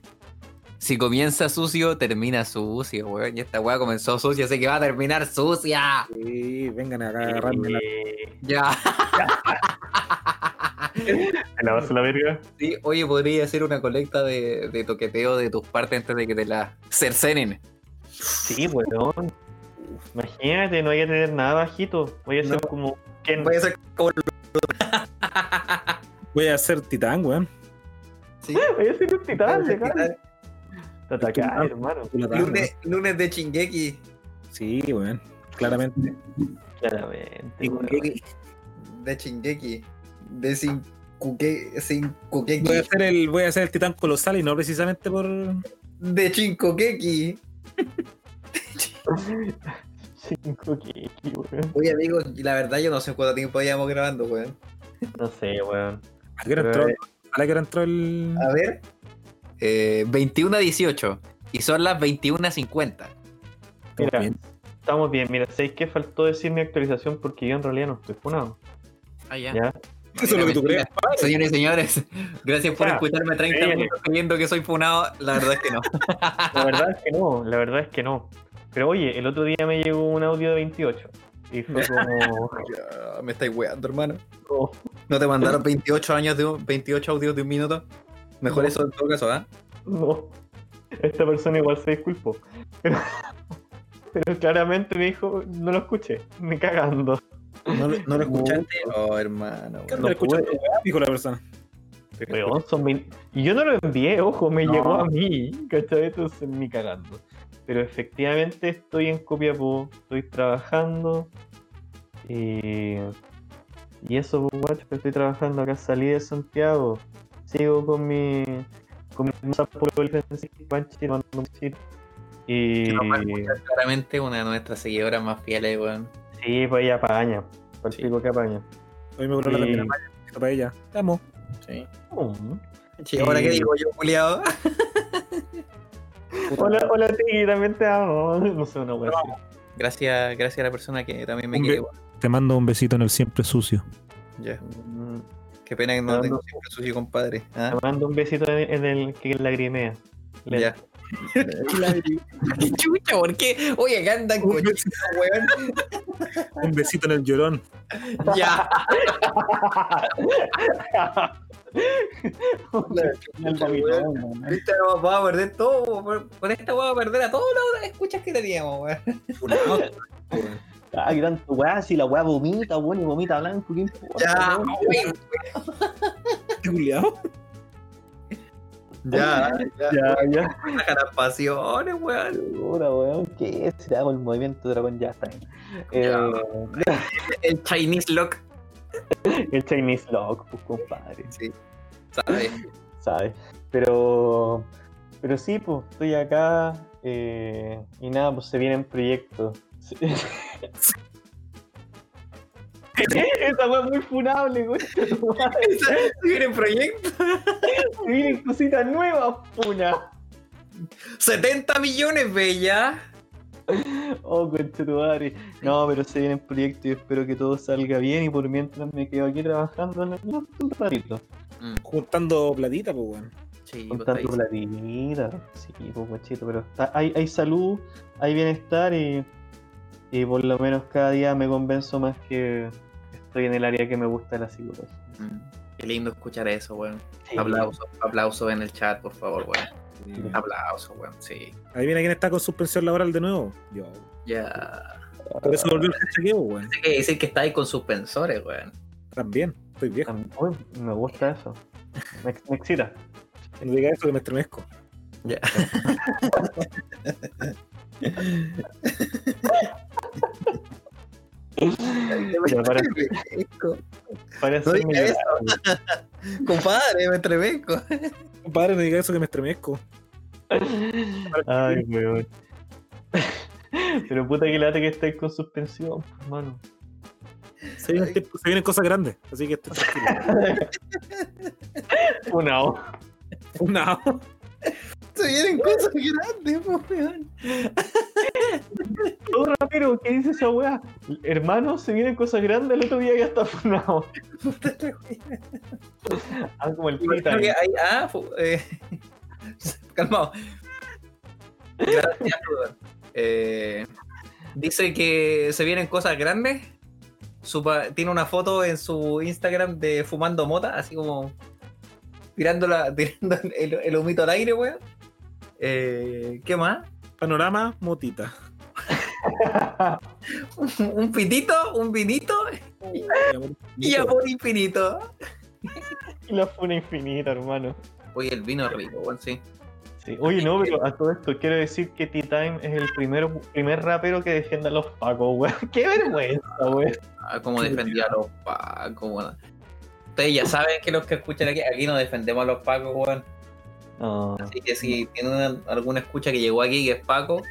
Speaker 2: Si comienza sucio, termina sucio, weón. Y esta weá comenzó sucia, así que va a terminar sucia.
Speaker 3: Sí, vengan acá a
Speaker 4: weón.
Speaker 3: agarrarme la.
Speaker 4: Eh,
Speaker 2: Ya.
Speaker 4: ¿Te la vas a la verga?
Speaker 2: Sí, oye, podría hacer una colecta de, de toqueteo de tus partes antes de que te la cercenen.
Speaker 4: Sí, weón. Imagínate, no voy a tener nada bajito. Voy a ser
Speaker 3: No.
Speaker 4: como Ken.
Speaker 2: Voy a ser como
Speaker 3: Voy a ser titán, weón.
Speaker 2: Sí.
Speaker 4: Voy a ser un titán,
Speaker 2: Voy a ser
Speaker 4: legal. Te atacás, hermano.
Speaker 3: Tú la das,
Speaker 2: Lunes, lunes de chingueki.
Speaker 3: weón. Sí, weón. claramente.
Speaker 4: Claramente.
Speaker 3: Y
Speaker 4: weón.
Speaker 3: Shingeki-
Speaker 2: De Chingeki. De sin cuque, sin cuquequi.
Speaker 3: voy, a hacer el, voy a hacer el titán colosal y no precisamente por.
Speaker 2: De Chincoquequi.
Speaker 4: Cinco Kiki, weón.
Speaker 2: Oye, amigos, la verdad yo no sé cuánto tiempo llevamos grabando, weón.
Speaker 4: No sé, weón.
Speaker 3: ¿A qué hora entró? ¿A la que hora entró el.?
Speaker 2: A ver. Eh, 21 a 18. Y son las 21.50.
Speaker 3: Estamos
Speaker 4: Mira,
Speaker 3: bien.
Speaker 4: estamos bien. Mira, ¿sabéis qué? Faltó decir mi actualización porque yo en realidad no estoy funado.
Speaker 2: Ah, ya.
Speaker 4: ¿Ya?
Speaker 3: Eso es lo que tú crees.
Speaker 2: Mentira. Señores y señores, gracias por
Speaker 4: Ya.
Speaker 2: escucharme 30
Speaker 4: Sí.
Speaker 2: minutos creyendo que soy funado. La verdad es que no.
Speaker 4: La verdad es que no, la verdad es que no. Pero oye, el otro día me llegó un audio de 28. Y fue como.
Speaker 2: Ya, Me estáis weando, hermano.
Speaker 4: oh,
Speaker 2: ¿No te mandaron 28 años de un- 28 audios de un minuto? Mejor
Speaker 4: No.
Speaker 2: eso en todo caso, ¿ah?
Speaker 4: no. Esta persona igual se disculpó. Pero, pero claramente me dijo, no lo escuché, me cagando.
Speaker 2: ¿No, lo- no lo escuchaste? Oh, hermano.
Speaker 3: ¿Qué
Speaker 2: weón.
Speaker 3: onda?
Speaker 4: Pues no
Speaker 3: Escucha,
Speaker 4: puede.
Speaker 3: Dijo la persona.
Speaker 4: Weón, son vein- Y yo no lo envié, ojo, me
Speaker 2: No.
Speaker 4: llegó a mí, ¿cachai? Entonces me cagando. Pero efectivamente estoy en Copiapó, estoy trabajando. Y, y eso, pues, guacho, estoy trabajando acá, salí de Santiago. Sigo con mi. con mi hermosa polola Francisca Panchi, le mando un besito. Y.
Speaker 2: Que nos va a escuchar claramente una de nuestras seguidoras más fieles, weón.
Speaker 4: Sí, pues ella apaña. Para el pico que apaña.
Speaker 3: Hoy me voló la
Speaker 4: Y-
Speaker 3: pena para ella. Te amo.
Speaker 2: Sí.
Speaker 4: Oh.
Speaker 2: ¿Ahora
Speaker 4: Sí.
Speaker 2: qué digo yo, Juliado?
Speaker 4: Hola, hola, Tiki, también te amo. No sé, una wea. así.
Speaker 2: Gracias, gracias a la persona que también me
Speaker 3: Un
Speaker 2: quiere,
Speaker 3: be-
Speaker 2: weón.
Speaker 3: Te mando un besito en el siempre sucio.
Speaker 2: Ya.
Speaker 4: Mm.
Speaker 2: Qué pena que no
Speaker 4: Te
Speaker 2: tengo
Speaker 4: mando-
Speaker 2: siempre sucio compadre. ¿ah?
Speaker 4: Te mando un besito en el, en el que lagrimea. Le-
Speaker 2: Ya. ¡Qué chucha! ¿Por qué? Oye, acá andan
Speaker 3: Un
Speaker 2: cochinos, weón.
Speaker 3: Un besito en el llorón.
Speaker 2: Ya.
Speaker 4: El lagrimeo, weón.
Speaker 2: Ahorita vamos a perder todo. por- Por esta vamos a perder a todos los escuchas que teníamos, weón.
Speaker 4: Ay, tanto Ah, weá, si la weá vomita, weón, y vomita blanco, ¿qué importa,
Speaker 2: Ya,
Speaker 4: weón?
Speaker 2: weón.
Speaker 3: Juliado.
Speaker 2: Ya, ya.
Speaker 4: Ya, ya.
Speaker 2: Baja las pasiones, weón.
Speaker 4: Ahora, weón, ¿qué es? Ya, con el movimiento dragón ya está. bien.
Speaker 2: Ya.
Speaker 4: Eh,
Speaker 2: El Chinese Lock,
Speaker 4: el Chinese Lock, pues, compadre.
Speaker 2: ¿sabes?
Speaker 4: ¿sabes? Pero, pero sí, pues estoy acá eh, y nada, pues se vienen proyectos. Sí. Esa weá es muy funable, güey.
Speaker 2: Vienen proyectos.
Speaker 4: Se vienen cositas nuevas, puna.
Speaker 2: 70 millones, bella.
Speaker 4: Oh, concha tu madre. No, pero se vienen proyectos y espero que todo salga bien. Y por mientras me quedo aquí trabajando en el un ratito.
Speaker 3: Juntando platita, pues, weón.
Speaker 2: Sí,
Speaker 4: Con
Speaker 2: vos
Speaker 4: tanto
Speaker 2: estáis-
Speaker 4: platita. Sí, pues guachito, pero está- hay, hay salud, hay bienestar y, y por lo menos cada día me convenzo más que estoy en el área que me gusta la psicología.
Speaker 2: Mm, Qué lindo escuchar eso, weón. Aplausos, aplausos en el chat, por favor, weón. Aplausos, weón, sí.
Speaker 3: Ahí viene quién está con suspensión laboral de nuevo. Yo.
Speaker 2: Ya.
Speaker 3: Por eso volvió el cachaqueo, weón.
Speaker 2: Hay que decir que estáis con suspensores, weón.
Speaker 3: También. Estoy viejo.
Speaker 4: También- uy, me gusta eso. Me, me excita.
Speaker 3: No digas eso que me estremezco.
Speaker 2: Ya.
Speaker 4: Ya, para- para hacerme
Speaker 2: diga
Speaker 4: llorar,
Speaker 2: Compadre, me entrevenco.
Speaker 3: Compadre, no digas eso que me estremezco.
Speaker 4: güey. Ay, weón. Pero puta que lata que estáis con suspensión, pues, hermano.
Speaker 3: Se vienen, tiempos- se vienen cosas grandes, así que estoy tranquilo.
Speaker 4: Una hora.
Speaker 3: No.
Speaker 2: Se vienen cosas grandes, po, weón.
Speaker 4: Todo rapero, ¿qué dice esa weá? Hermano, se vienen cosas grandes, el otro día ya está funado. Ah, como el pita.
Speaker 2: Creo que ahí- ah, fu- eh, calmado. Gracias, weón. Eh, dice que se vienen cosas grandes. Su pa- tiene una foto en su Instagram de fumando mota, así como tirándola, tirando el, el humito al aire, weón. Eh, ¿Qué más?
Speaker 3: Panorama, motita.
Speaker 2: Un pitito, un vinito y amor infinito.
Speaker 4: Y la funa infinita, hermano.
Speaker 2: Oye, el vino es rico, weón, sí.
Speaker 4: Sí. Oye, no, pero a todo esto quiero decir que T-Time es el primero, primer rapero que defiende a los pacos, weón. Qué vergüenza, weón.
Speaker 2: Ah, como defendía a los pacos, weón. Ustedes ya saben que los que escuchan aquí, aquí no defendemos a los pacos, weón.
Speaker 5: Ah.
Speaker 4: No.
Speaker 2: Así que si tienen una- alguna escucha que llegó aquí que es Paco,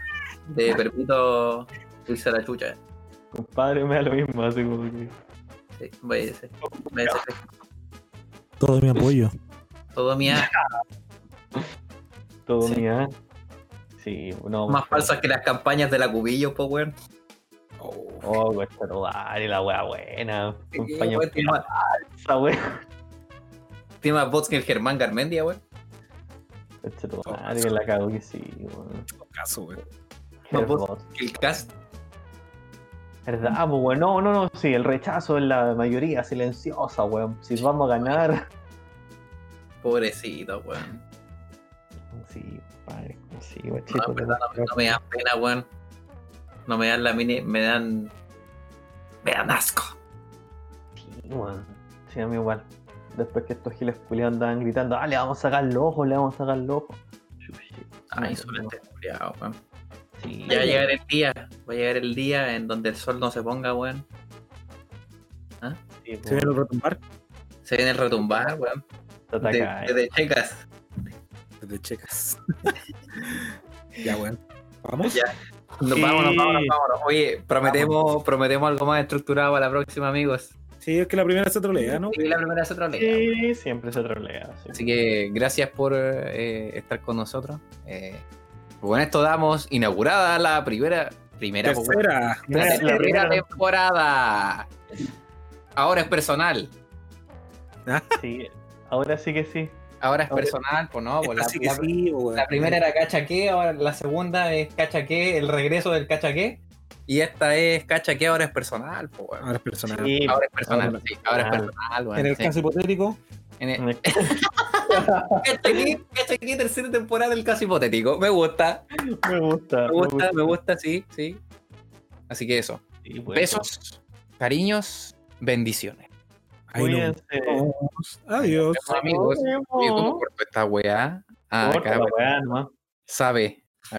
Speaker 2: te permito irse a la chucha.
Speaker 4: Compadre, me da lo mismo, así como que.
Speaker 2: Sí, váyase. Váyase.
Speaker 5: Todo mi apoyo.
Speaker 2: Todo mía,
Speaker 4: Todo
Speaker 2: Sí.
Speaker 4: mi ah. Sí, no.
Speaker 2: más
Speaker 4: pero-
Speaker 2: falsas que las campañas de la Cubillo, pues, weón.
Speaker 4: Oh, cuesta no vale, la wea buena.
Speaker 2: Sí,
Speaker 4: Compañía
Speaker 2: weón, Tiene más-
Speaker 4: falsa, wea.
Speaker 2: tiene más bots que el Germán Garmendia, weón.
Speaker 4: Cuesta tu madre, que la cago que sí, weón.
Speaker 3: Oh, Caso, weón.
Speaker 4: Qué
Speaker 2: No, vos-
Speaker 4: hermoso.
Speaker 2: Que el cast.
Speaker 4: ¿Verdad, po, weón? No, no, no, sí, el rechazo es la mayoría silenciosa, weón. Si vamos a ganar.
Speaker 2: Pobrecito, weón.
Speaker 4: Sí, padre, sí, weón.
Speaker 2: No, en verdad, no, no me dan pena, weón. No me dan la mini. Me dan. Me dan asco.
Speaker 4: Sí, weón. Sí, a mí igual. Después que estos giles culiados andaban gritando, ah, le vamos a sacar el ojo, le vamos a sacar el ojo. Chuchi.
Speaker 2: Ay,
Speaker 4: No, no.
Speaker 2: solamente culiado, weón.
Speaker 4: Sí,
Speaker 2: Ya va a
Speaker 4: weón.
Speaker 2: llegar el día, va a llegar el día en donde el sol no se ponga, weón.
Speaker 3: Se
Speaker 4: Sí, weón.
Speaker 3: viene a retumbar
Speaker 2: Se viene el retumbar, weón.
Speaker 4: Está
Speaker 2: De,
Speaker 4: acá, eh.
Speaker 2: de- de checas.
Speaker 3: desde checas. ya, weón. Vamos.
Speaker 2: Ya. Nos
Speaker 4: Sí.
Speaker 2: Vámonos, vámonos, vámonos. Oye, prometemos, prometemos algo más estructurado para la próxima, amigos.
Speaker 3: Sí, es que la primera se trolea, ¿no?
Speaker 2: Y la primera es otra ley.
Speaker 4: Sí, siempre se trolea. sí.
Speaker 2: Así que gracias por eh, estar con nosotros. Eh, con esto damos inaugurada la primera, primera, pues,
Speaker 3: Tercera.
Speaker 4: Mira,
Speaker 2: la
Speaker 4: la
Speaker 2: tercera
Speaker 4: primera-
Speaker 2: temporada. Ahora es personal.
Speaker 4: sí, ahora sí que sí.
Speaker 2: Ahora es
Speaker 3: Ahora-
Speaker 2: personal, pues no, pues la-
Speaker 3: Esta sí que
Speaker 2: la-
Speaker 3: sí, weón.
Speaker 2: La primera era cachaqué, ahora la segunda es cachaqué, el regreso del cachaqué. Y esta es cachaqué, ahora es personal, po, weón.
Speaker 3: Ahora es personal. pues,
Speaker 4: Sí,
Speaker 2: Ahora es personal,
Speaker 4: ahora-
Speaker 2: sí, ahora es
Speaker 4: ahora-
Speaker 2: personal, weón,
Speaker 3: En el
Speaker 2: sí.
Speaker 3: caso hipotético,
Speaker 2: En el- Cachaqué, cachaqué, tercera temporada del caso hipotético. Me gusta,
Speaker 4: me gusta.
Speaker 2: me gusta, me gusta, sí, sí. Así que eso.
Speaker 4: Sí, pues. bueno.
Speaker 2: Besos, cariños, bendiciones.
Speaker 3: ahí no.
Speaker 4: Cuídense.
Speaker 3: Adiós.
Speaker 2: Amigos, oye, ¿cómo corto esta weá? Ah,
Speaker 4: Corta la
Speaker 2: cabrón.
Speaker 4: weá nomás.
Speaker 2: Sabe.